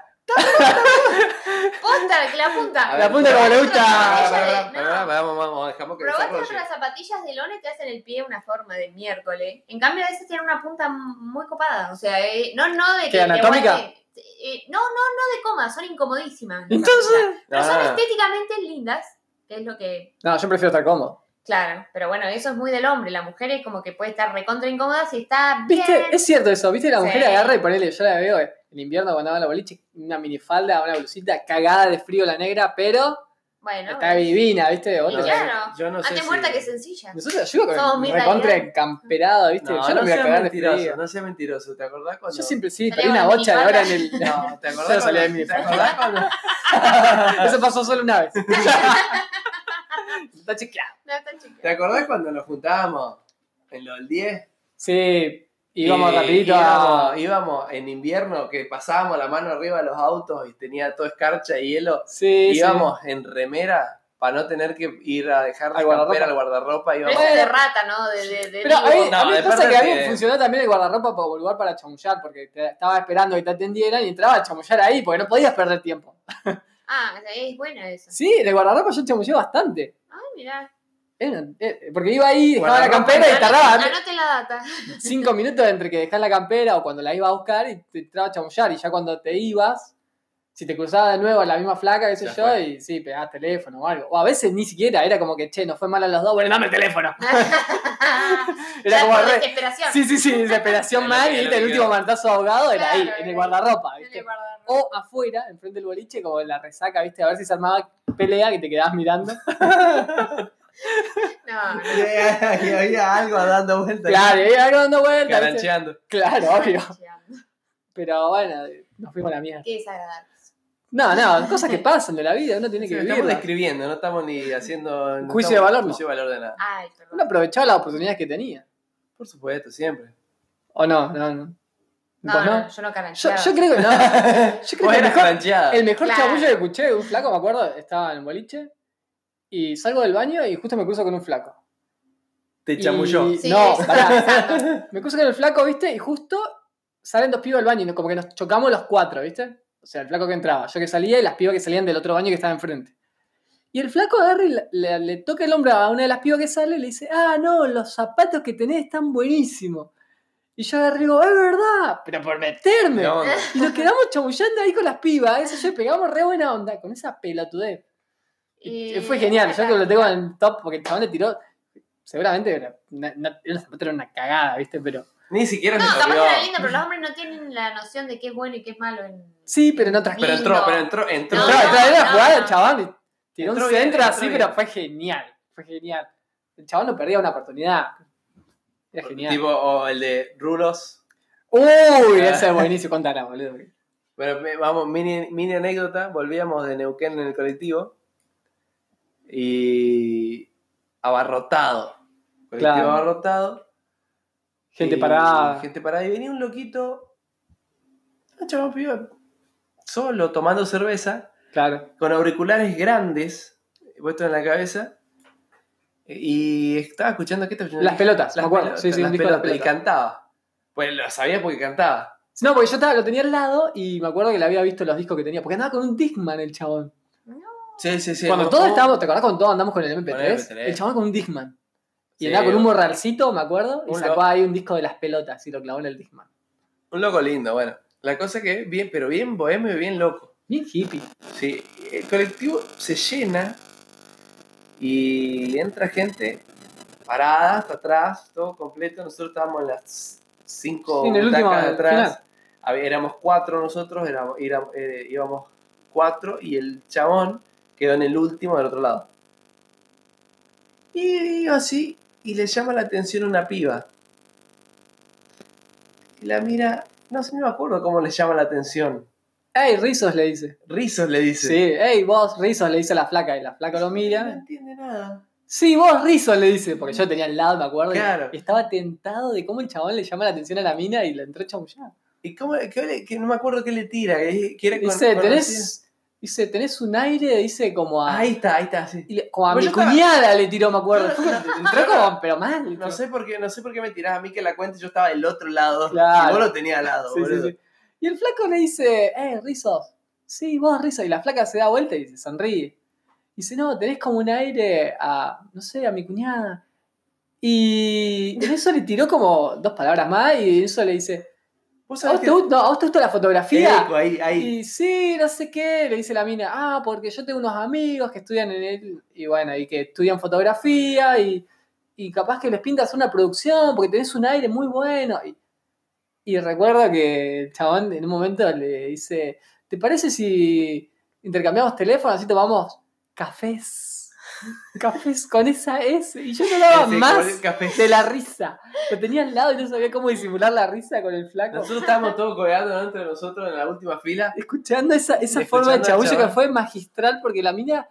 Posta, que la punta.
A
La punta como le
Pará,
Ella
gusta.
de-
pará,
no.
pará, pará, vamos, vamos, dejamos que
Probate
desarrolle.
otras zapatillas de lona que hacen el pie una forma de miércoles. En cambio, a veces tienen una punta muy copada. O sea, eh, no, no de que.
¿Qué,
te
anatómica?
guarde- eh, no, no, no de coma, son incomodísimas. las zapatillas.
Entonces.
Pero son
Ah.
estéticamente lindas, que es lo que.
No, yo prefiero estar cómodo.
Claro, pero bueno, eso es muy del hombre. La mujer es como que puede estar recontra incómoda si está bien.
¿Viste? Es cierto eso. ¿Viste? La mujer
Sí.
agarra y ponele, yo la veo eh, en invierno cuando va a la boliche, una minifalda, una blusita cagada de frío la negra, pero
Bueno,
está divina, ¿viste? Vos
Y
te-
claro.
Yo no sé
antes
si-
muerta que sencilla.
Nosotros, yo iba
Somos
con
muy
el recontra
realidad.
camperado, ¿viste?
No,
yo no,
no
me voy a
seas
cagar de
mentiroso,
frío.
no seas mentiroso. ¿Te acordás cuando...?
Yo siempre sí,
Salía
traía una
con la
bocha de hora en
minifalda.
el. No,
¿Te acordás
yo salía de
cuando-
mi
¿Te acordás cuando...?
Eso pasó solo una vez. Está chequeado.
No, está
¿Te
chiquita.
acordás cuando nos juntábamos en los 10?
Sí, íbamos
Eh,
rapidito a.
íbamos, íbamos en invierno, que pasábamos la mano arriba de los autos y tenía todo escarcha y hielo.
Sí, sí.
íbamos en remera para no tener que ir a dejar la
Al guardarropa.
campera al guardarropa.
Pero
Íbamos...
eso es de rata, ¿no? De, de, de
Pero eh, a mí,
vivo.
No,
a mí
de
pasa
parte
que a mí
de-
funcionó también el guardarropa como lugar para chamullar, porque te- estaba esperando que te atendieran y entraba a chamullar ahí, porque no podías perder tiempo.
Ah, es buena esa.
Sí, en el guardarropa yo chamullé bastante.
Ah, mirá.
Era- eh, Porque iba ahí, dejaba la
Guardarropa.
campera y tardaba.
Anote- Anote la data.
cinco minutos entre que dejás la campera o cuando la iba a buscar y te entraba a chamullar y ya cuando te ibas, si te cruzaba de nuevo la misma flaca, qué sé
Ya
yo,
fue.
y sí, pegabas teléfono o algo. O a veces ni siquiera, era como que, che, nos fue mal a los dos, bueno, dame el teléfono. Era
Ya
como
por
re...
desesperación.
Sí, sí, sí, desesperación
Era
mal y
lo que-
viste, el
era lo que
último
quedó.
mantazo ahogado era ahí,
Claro,
en el
ahí.
guardarropa,
No le
¿viste?
guardaron.
O afuera, enfrente del boliche, como en la resaca, ¿viste? A ver si se armaba pelea que te quedabas mirando.
No, no.
Y había algo dando vueltas.
Claro, y algo dando vueltas. ¿viste?
Garancheando.
Claro, obvio. Pero bueno, nos fuimos a la mierda.
Qué desagradable.
No, no, cosas que pasan de la vida, uno tiene que
Estamos
vivir.
describiendo, no estamos ni haciendo... no
Juicio de
estamos-
valor, no.
Juicio de valor de nada.
Ay, perdón.
Uno aprovechaba las oportunidades que tenía.
Por supuesto, siempre.
¿O no? No, no.
No,
¿Vos
no,
no?
yo no
Yo,
carancheaba.
yo creo que no. Yo creo
Vos
que el
eras
mejor,
cancheada.
el mejor
Claro.
chabullo que escuché de un flaco, me acuerdo, estaba en el boliche y salgo del baño y justo me cruzo con un flaco.
Te
Y-
chamulló.
Sí,
No,
eso
pará.
estaba pensando.
Me cruzo con el flaco, ¿viste? Y justo salen dos pibas del baño y como que nos chocamos los cuatro, ¿viste? O sea, el flaco que entraba, yo que salía y las pibas que salían del otro baño que estaba enfrente. Y el flaco agarra y le, le- le toca el hombro a una de las pibas que sale y le dice, ah, no, los zapatos que tenés están buenísimos. Y yo agarré y digo, es verdad, pero por meterme.
No, no.
Ah.
Y nos quedamos chamullando ahí con las pibas, eso yo y pegamos re buena onda con esa pelotudez. Y
Eh,
fue genial, yo
acá.
que lo tengo en top porque el chabón le tiró, seguramente era una, una- era una- era una cagada, ¿viste? Pero...
Ni siquiera
No,
me
capaz
corrió.
era lindo, pero los hombres no tienen la noción de qué es bueno y qué es malo. En...
Sí, pero en otras
Pero entró,
Lindo.
pero entró, entró.
No,
Entró, entró en la
no,
jugada,
no.
el chabón. y Tiró
Entró
un
bien,
centro
entró
así,
bien.
pero fue genial. Fue genial. El chabón no perdía una oportunidad. Era genial.
Tipo, Ah. o el de Rulos.
Uy, ese es buenísimo. Contala, boludo.
Bueno, me- vamos, mini, mini anécdota. Volvíamos de Neuquén en el colectivo. Y. abarrotado. Colectivo
Claro.
abarrotado.
Gente
y-
parada.
Gente parada. Y venía un loquito. Un chabón piba, solo tomando cerveza.
Claro.
con auriculares grandes puestos en la cabeza y estaba escuchando qué estaba escuchando
Las pelotas, me acuerdo.
pelotas,
Sí, sí, un
las
disco de las
pelotas, y
pelotas.
cantaba pues lo sabía porque cantaba
No, porque yo estaba, lo tenía al lado y me acuerdo que le había visto los discos que tenía. Porque andaba con un Discman el chabón.
sí sí sí
cuando
no,
todos
no.
estábamos, ¿te acordás cuando todos andamos con el MP3?
Con el MP3.
El chabón con un Discman. Y
Sí.
andaba con un morralcito, me acuerdo, y
Un
sacó
loco.
ahí un disco de las pelotas y lo clavó en el Discman.
un loco lindo bueno la cosa que bien pero bien bohemio y bien loco
Bien hippie.
Sí, el colectivo se llena y entra gente parada hasta atrás, todo completo. Nosotros estábamos en las cinco
Sí, en el
butacas
último,
de atrás.
final.
Hab- Éramos cuatro nosotros, éramos, era- eh, íbamos cuatro y el chabón quedó en el último del otro lado. Y iba así y le llama la atención una piba. Y la mira, no sé, no me acuerdo cómo le llama la atención.
Ey, Rizos le dice.
Rizos le dice.
Sí, ey, vos, Rizos le dice a la flaca. Y la flaca lo
No
mira.
entiende nada.
Sí, vos, Rizos le dice. Porque yo tenía al lado, me acuerdo. y
Claro.
Estaba tentado de cómo el chabón le llama la atención a la mina y la entró a chamullar.
¿Y cómo, qué le- que no me acuerdo qué le tira? Que, que era con-
Dice,
con-
tenés. Dice, tenés un aire, dice, como a.
Ahí está, ahí está, sí.
y le- como a
Pues
mi
yo estaba-
cuñada le tiró, me acuerdo.
Yo-
Fue como- entró como, pero mal.
No sé por qué, no sé por qué me tirás a mí que la cuenta yo estaba del otro lado.
Claro.
Y vos lo tenías al lado,
Sí, sí,
boludo.
sí. Y el flaco le dice, eh, Rizos, sí, vos Rizos. Y la flaca se da vuelta y se sonríe. Dice, no, tenés como un aire a, no sé, a mi cuñada. Y en eso le tiró como dos palabras más y en eso le dice,
¿Vos
¿a vos
sabés
te,
que-
gust- no, ¿a vos te gusta la fotografía?
Eco, ahí, ahí.
Y sí, no sé qué, le dice la mina, ah, porque yo tengo unos amigos que estudian en el, y bueno, y que estudian fotografía y, y capaz que les pintas una producción porque tenés un aire muy bueno. Y, y recuerdo que el chabón en un momento le dice, ¿te parece si intercambiamos teléfonos así tomamos cafés? Cafés con esa S. Y yo no daba
Ese,
más
con el café.
de la risa. Lo tenía al lado y no sabía cómo disimular la risa con el flaco
Nosotros estábamos todos colgando entre nosotros en la última fila.
escuchando esa, esa
Escuchando
forma de
al
chabullo que
chabón.
fue magistral porque la mina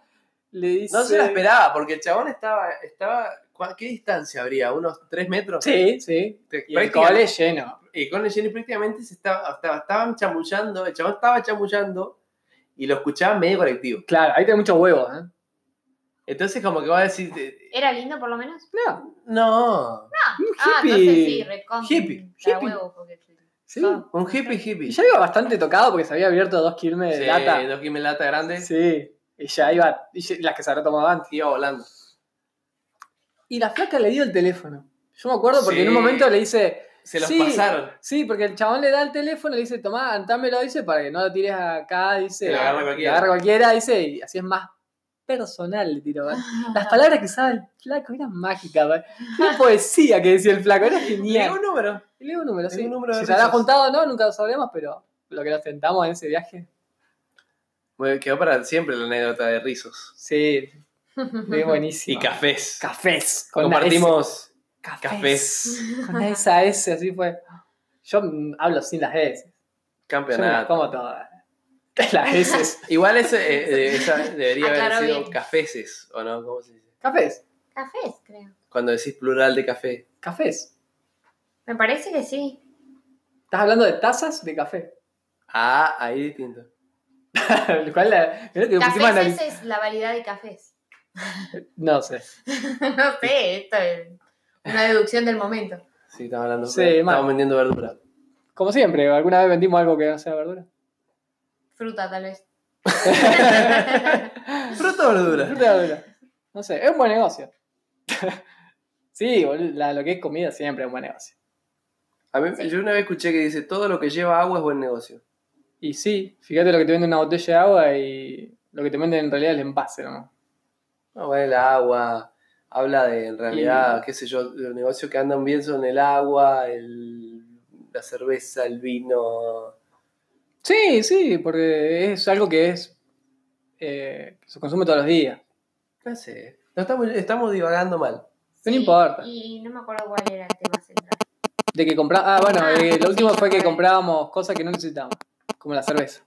le dice.
No se la esperaba, porque el chabón estaba, estaba. ¿cuá- ¿Qué distancia habría? ¿Unos 3 metros?
Sí, sí.
Te-
Y el
prácticamente-
cole lleno.
y eh, con el Jenny prácticamente se estaba, estaba- estaban chamullando, el chabón estaba chamullando y lo escuchaba medio colectivo.
Claro, ahí tiene muchos huevos, ¿eh?
Entonces como que va a decir, eh,
¿Era lindo por lo menos?
No,
no,
un
Ah,
hippie.
entonces sí, recon.
Hippie,
para
hippie.
huevo, porque-
Sí.
Ah.
un hippie hippie.
Y ya iba bastante tocado porque se había abierto dos quilmes de
Sí,
lata.
dos kimes lata grandes
Sí. Y ya iba. y ya- las que se habrá tomado antes.
iba volando.
Y la flaca le dio el teléfono. Yo me acuerdo porque
Sí.
en un momento le dice.
Se los
Sí.
pasaron.
Sí, porque el chabón le da el teléfono y le dice, tomá, andámelo, dice, para que no lo tires acá, dice.
Que lo agarre
que
cualquiera.
agarre cualquiera, dice, y así es más personal, le tiró. ¿eh? Las palabras que usaba el flaco eran mágicas, ¿eh? Era poesía que decía el flaco, era
Llegó
genial.
un número.
Y le dio un número,
Le
sí.
dio un número de
si se habrá
risas.
juntado o no, nunca lo sabremos, pero lo que nos tentamos en ese viaje.
Bueno, quedó para siempre la anécdota de rizos.
Sí, muy buenísimo.
Y cafés.
cafés. Con una S.
Compartimos.
Cafés. Con esa S, así fue. Yo mm, hablo sin las S. Yo me las
Campeonato.
como todas. Las S.
Igual ese, eh, eh, esa debería haber
Aclaró
sido
bien.
cafeses, ¿o no? ¿Cómo se dice?
Cafés.
Cafés, creo.
Cuando decís plural de café.
Cafés.
Me parece que sí.
Estás hablando de tazas de café.
Ah, ahí distinto.
Lo cual eh, la- creo que pusimos en
Cafés
el-
es la variedad de cafés.
No sé.
no sé, esto es una deducción del momento.
Sí, estamos hablando.
Sí, mal.
estamos vendiendo verdura.
Como siempre, alguna vez vendimos algo que no sea verdura.
Fruta, tal vez.
Fruta o verdura.
Fruta de verdura. No sé, es un buen negocio. sí, boludo, la- lo que es comida siempre es un buen negocio.
A mí, Yo una vez escuché que dice, todo lo que lleva agua es buen negocio.
Y sí, fíjate lo que te vende una botella de agua y lo que te venden en realidad es el envase, ¿no?
No, bueno, el agua. Habla de, en realidad, qué sé yo, los negocios que andan bien son el agua, el, la cerveza, el vino.
Sí, sí, porque es algo que es. eh, que se consume todos los días.
No sé. No estamos, estamos divagando mal.
No importa.
Y no me acuerdo cuál era el tema central.
De que compra Ah, bueno,
Ah,
eh, lo
sí,
último
ya
fue que
acordé.
comprábamos cosas que no necesitábamos, como la cerveza.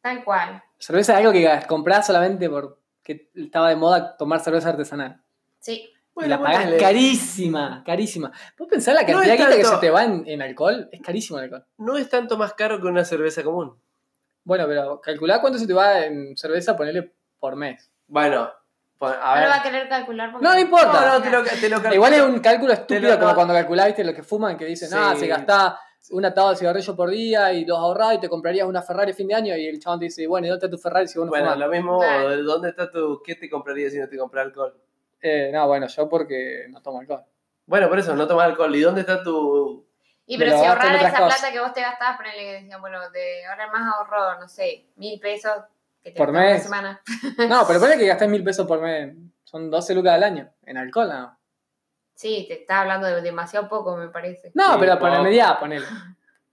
Tal cual.
Cerveza es algo que comprás solamente porque estaba de moda tomar cerveza artesanal.
Sí.
y la
vos
pagás
tenés-
carísima, carísima. ¿Vos pensás la
No
cantidad de
es
guita que
tanto.
se te va en, en alcohol? Es carísimo el alcohol.
No es tanto más caro que una cerveza común.
Bueno, pero calculá cuánto se te va en cerveza, ponele por mes.
Bueno, pon- a
No
ver.
lo va a querer calcular porque
No, no importa.
No, no, te lo, te lo
Igual es un cálculo estúpido
Pero
como
no-
cuando calculás, viste, los que fuman, que dicen, ah,
Sí.
se gastá una taba de cigarrillo por día y los ahorrás y te comprarías una Ferrari a fin de año y el chabón te dice, bueno, ¿y dónde está tu Ferrari si vos no
Bueno,
fumás?
lo mismo,
Claro.
¿dónde está tu... ¿Qué te comprarías si no te compras alcohol?
Eh, no, bueno, yo porque no tomo alcohol.
Bueno, por eso, no tomas alcohol. ¿Y dónde está tu...
Y
Me
pero
lo
si
gasto en
ahorrara esa
otras cosas.
plata que vos te gastabas, ponele que decían, bueno, de ahora en más ahorro, no sé, mil pesos que te
Por
gastabas una
mes.
semana.
No, pero ponele que gastas mil pesos por mes. Son 12 lucas al año. En alcohol, no.
Sí, te está hablando de demasiado poco, me parece.
No,
Sí,
pero por la
poco.
media, ponele.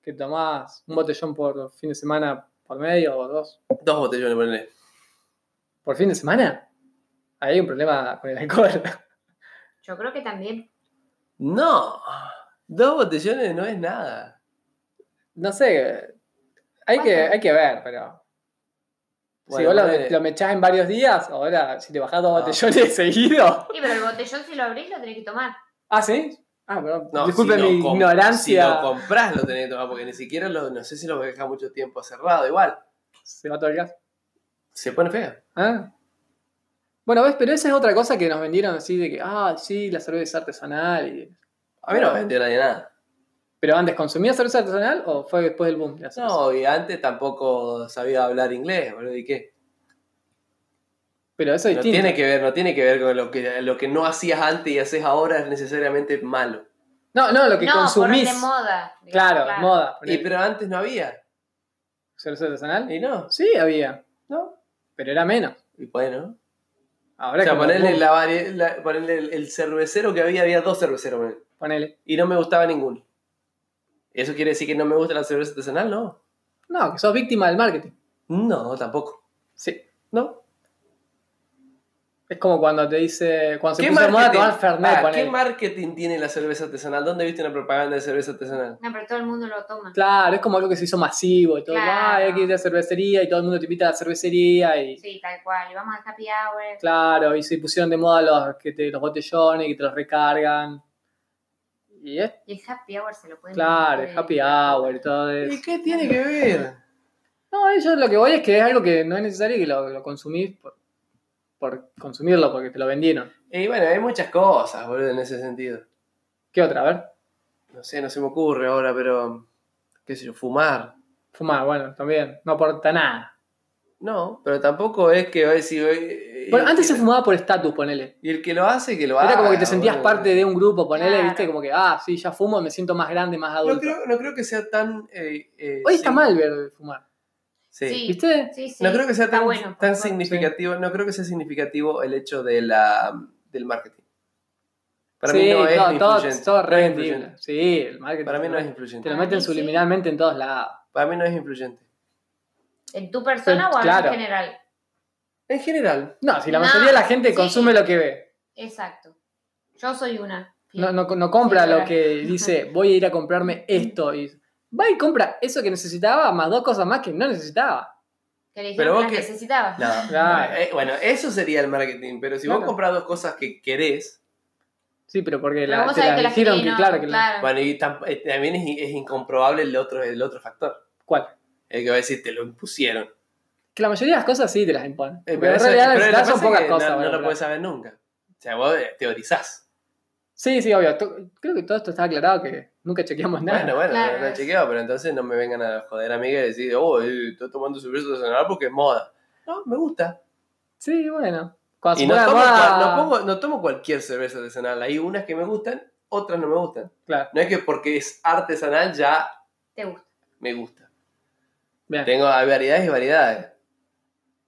Que tomás un botellón por fin de semana por medio o dos.
Dos botellones, ponele.
¿Por fin de semana? Ahí hay un problema con el alcohol.
Yo creo que también.
No, dos botellones no es nada.
No sé. Hay que,
¿Cuánto?
hay que ver, pero. si vos
Bueno, ponele. Ah.
lo, lo mechás en varios días, ahora si te bajás dos
No.
botellones seguidos.
Sí, pero el botellón si lo abrís lo tenés que tomar.
¿Ah, sí? Ah, perdón.
No,
Disculpen
si lo
mi
com- Si
ignorancia.
lo compras lo tenés que tomar, porque ni siquiera lo, no sé si lo deja mucho tiempo cerrado. Igual,
Se va todo el gas.
se pone feo.
Ah. Bueno, ves, pero esa es otra cosa que nos vendieron así de que, ah, sí, la cerveza artesanal. y-
A mí no me vendió nadie nada.
Pero antes, ¿consumías cerveza artesanal o fue después del boom? de la cerveza?
No, y antes tampoco sabía hablar inglés, boludo, ¿y qué?
Pero eso es
No
distinto.
tiene que ver, no tiene que ver con lo que, lo que no hacías antes y haces ahora es necesariamente malo.
No, no, lo que
no,
consumís.
por de moda. digamos,
Claro, moda.
Y
ponele.
pero antes no había.
¿Cerveza artesanal?
Y no,
Sí, había.
no.
Pero era menos.
Y bueno. O
Ahora
sea,
como
ponerle,
boom,
la, vari- la- ponerle el, el cervecero que había, había dos cerveceros. ponele.
ponele.
Y no me gustaba ninguno. ¿Eso quiere decir que no me gusta la cerveza artesanal? No.
No, que sos víctima del marketing.
No, tampoco.
Sí.
No.
Es como cuando te dice. Cuando se puso de moda tomar Fernet,
Ah, ¿Qué
ponele.
marketing tiene la cerveza artesanal? ¿Dónde viste una propaganda de cerveza artesanal?
No, pero todo el mundo lo toma.
Claro, es como algo que se hizo masivo y todo. Ah,
Claro.
hay que ir a la cervecería y todo el mundo te invita a la cervecería y.
Sí, tal cual. Y vamos al happy hour.
Claro, y se pusieron de moda los, que te, los botellones que te los recargan. Y es
Y el happy hour se lo pueden
claro,
poner.
el happy hour y todo eso.
¿Y qué tiene que ver?
No, yo lo que voy es que es algo que no es necesario que lo, lo consumís por, por consumirlo, porque te lo vendieron.
Y bueno, hay muchas cosas, boludo, en ese sentido.
¿Qué otra? A ver.
No sé, no se me ocurre ahora, pero. ¿Qué sé yo? Fumar.
Fumar, bueno, también. No aporta nada.
No, pero tampoco es que hoy si hoy.
Bueno, antes se
fumaba.
fumaba por estatus, ponele.
Y el que lo hace, que lo hace.
Era como que te sentías parte de un grupo, ponele,
Claro.
viste, como que, ah, sí, ya fumo, me siento más grande, más adulto.
No creo, no creo que sea tan. eh, eh,
Hoy está
sí.
mal ver fumar,
Sí.
Sí.
¿viste?
Sí, sí.
No creo que sea
está
tan,
bueno, por
tan
favor.
significativo. No creo que sea significativo el hecho de la, del marketing. Para
sí,
mí no es
todo, todo,
influyente.
todo
No
re
es
vendible.
influyente.
Sí, el marketing.
Para mí no es
Te
influyente.
lo
Para
meten
mí sí.
subliminalmente en todos lados.
Para mí no es influyente.
¿En tu persona
Pero,
o
claro.
en general?
En general.
No, si la
No,
mayoría de la gente
sí.
consume lo que ve.
Exacto. Yo soy una.
No, no, no compra
Sí,
lo
claro.
que dice, voy a ir a comprarme esto. Y va y compra eso que necesitaba, más dos cosas más que no necesitaba.
Que le
Pero
dijeron
vos
que las
que-
necesitabas.
No.
Claro.
Eh, bueno, eso sería el marketing. Pero si vos
Claro.
compras dos cosas que querés,
Sí, pero porque
Pero
la-
vos
te
sabés
las
las
dijeron
tiene,
que,
¿no?
claro, que la-
bueno, y tam- eh, también es, es incomprobable el otro, el otro factor.
¿Cuál?
El que va a decir, te lo impusieron. Eh,
Que la mayoría de las cosas sí te las imponen. Pero, en
eso-
realidad
pero lo que
necesitas son
pasa es
pocas
que
cosas.
No, no
bueno,
lo
pero-
puedes saber nunca. O sea, vos eh, teorizás.
Sí, sí, obvio. To- Creo que todo esto está aclarado, que nunca chequeamos nada.
Bueno, bueno,
Claro.
no, no chequeo, pero entonces no me vengan a joder amiga y decir, oh, eh, estoy tomando su beso porque es moda. No, me gusta.
Sí, bueno. Cuando
Y
Ah, se
no
ponga de
tomo,
moda-
cual- no pongo- no tomo cualquier cerveza artesanal. Hay unas que me gustan, otras no me gustan.
Claro,
No es que porque es artesanal ya
Te gusta.
me gusta.
bien.
Tengo hay variedades y variedades.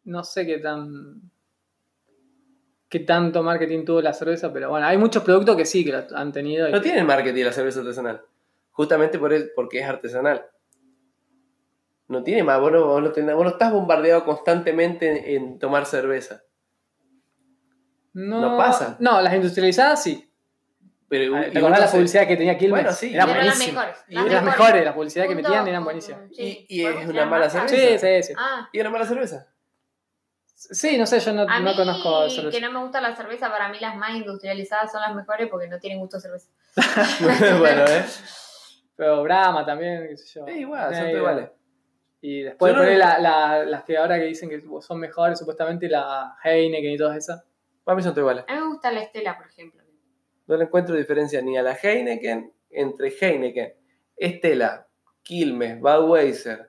No sé qué tan. qué tanto marketing tuvo la cerveza, pero bueno, hay muchos productos que sí que lo han tenido. y-
No tienen marketing la cerveza artesanal. Justamente por el- porque es artesanal. No tiene más. Vos no, vos no tenés- vos no estás bombardeado constantemente en, en tomar cerveza.
no,
no pasa.
No, las industrializadas sí.
Pero,
Ah, ¿Te
y
acordás
uno
la
se-
publicidad que tenía Quilmes?
Bueno, sí,
Era
pero
eran las
buenísima.
mejores.
Y
Era
eran
las mejores, las publicidades que
Junto
metían eran
con-
buenísimas.
sí.
Y- y es
¿Podemos
una
tirar
mala
marca?
cerveza.
Sí, sí, sí.
Ah,
Y una mala cerveza.
Sí, no sé, yo no,
a
no
mí
conozco cerveza.
que no me gusta la cerveza, para mí las más industrializadas son las mejores porque no tienen gusto a cerveza.
bueno, ¿eh?
Pero Brahma también, qué sé yo.
Es igual, son
Eh,
todas iguales.
Y después
Yo no-
poner la, la- las que ahora que dicen que son mejores, supuestamente la Heineken y todas esas.
Para mí son todas iguales.
A mí me gusta la Estela, por ejemplo.
No le encuentro diferencia ni a la Heineken, entre Heineken, Estela, Quilmes, Budweiser.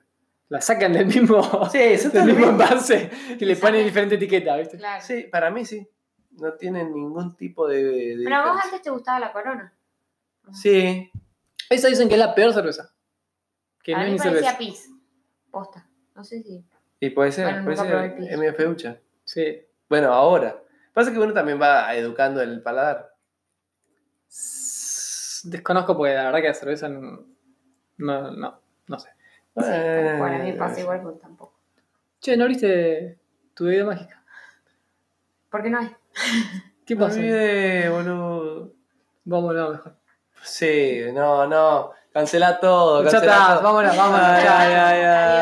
La sacan del mismo,
Sí,
del
son todas
mismo
mismas.
envase y le ponen
Sacan.
diferente etiqueta, ¿viste?
Claro.
Sí, para mí sí. No tienen ningún tipo de. de
Pero a vos
diferencia.
antes te gustaba la corona.
Sí.
Esa dicen que es la peor cerveza. Que
Para
no es
mí
ni
parecía
cerveza.
pis. Posta. No sé si.
Y puede ser,
Bueno,
puede
nunca probé el
ser.
pis.
Es medio feucha.
Sí.
Bueno, ahora. Pasa que uno también va educando el paladar.
S- Desconozco porque la verdad que la cerveza no, no, no, no sé.
Sí, tal cual, a mí me pasa
Eh,
igual, pero tampoco.
Che, ¿no abriste tu bebida mágica?
¿Por qué no hay?
¿Qué
me
pasa?
olvidé, boludo.
Vamos, no, mejor.
Sí, no, no. Cancela todo.
Ya
Cancela
está,
todo.
vámonos, vámonos.
Ay, ay, ay.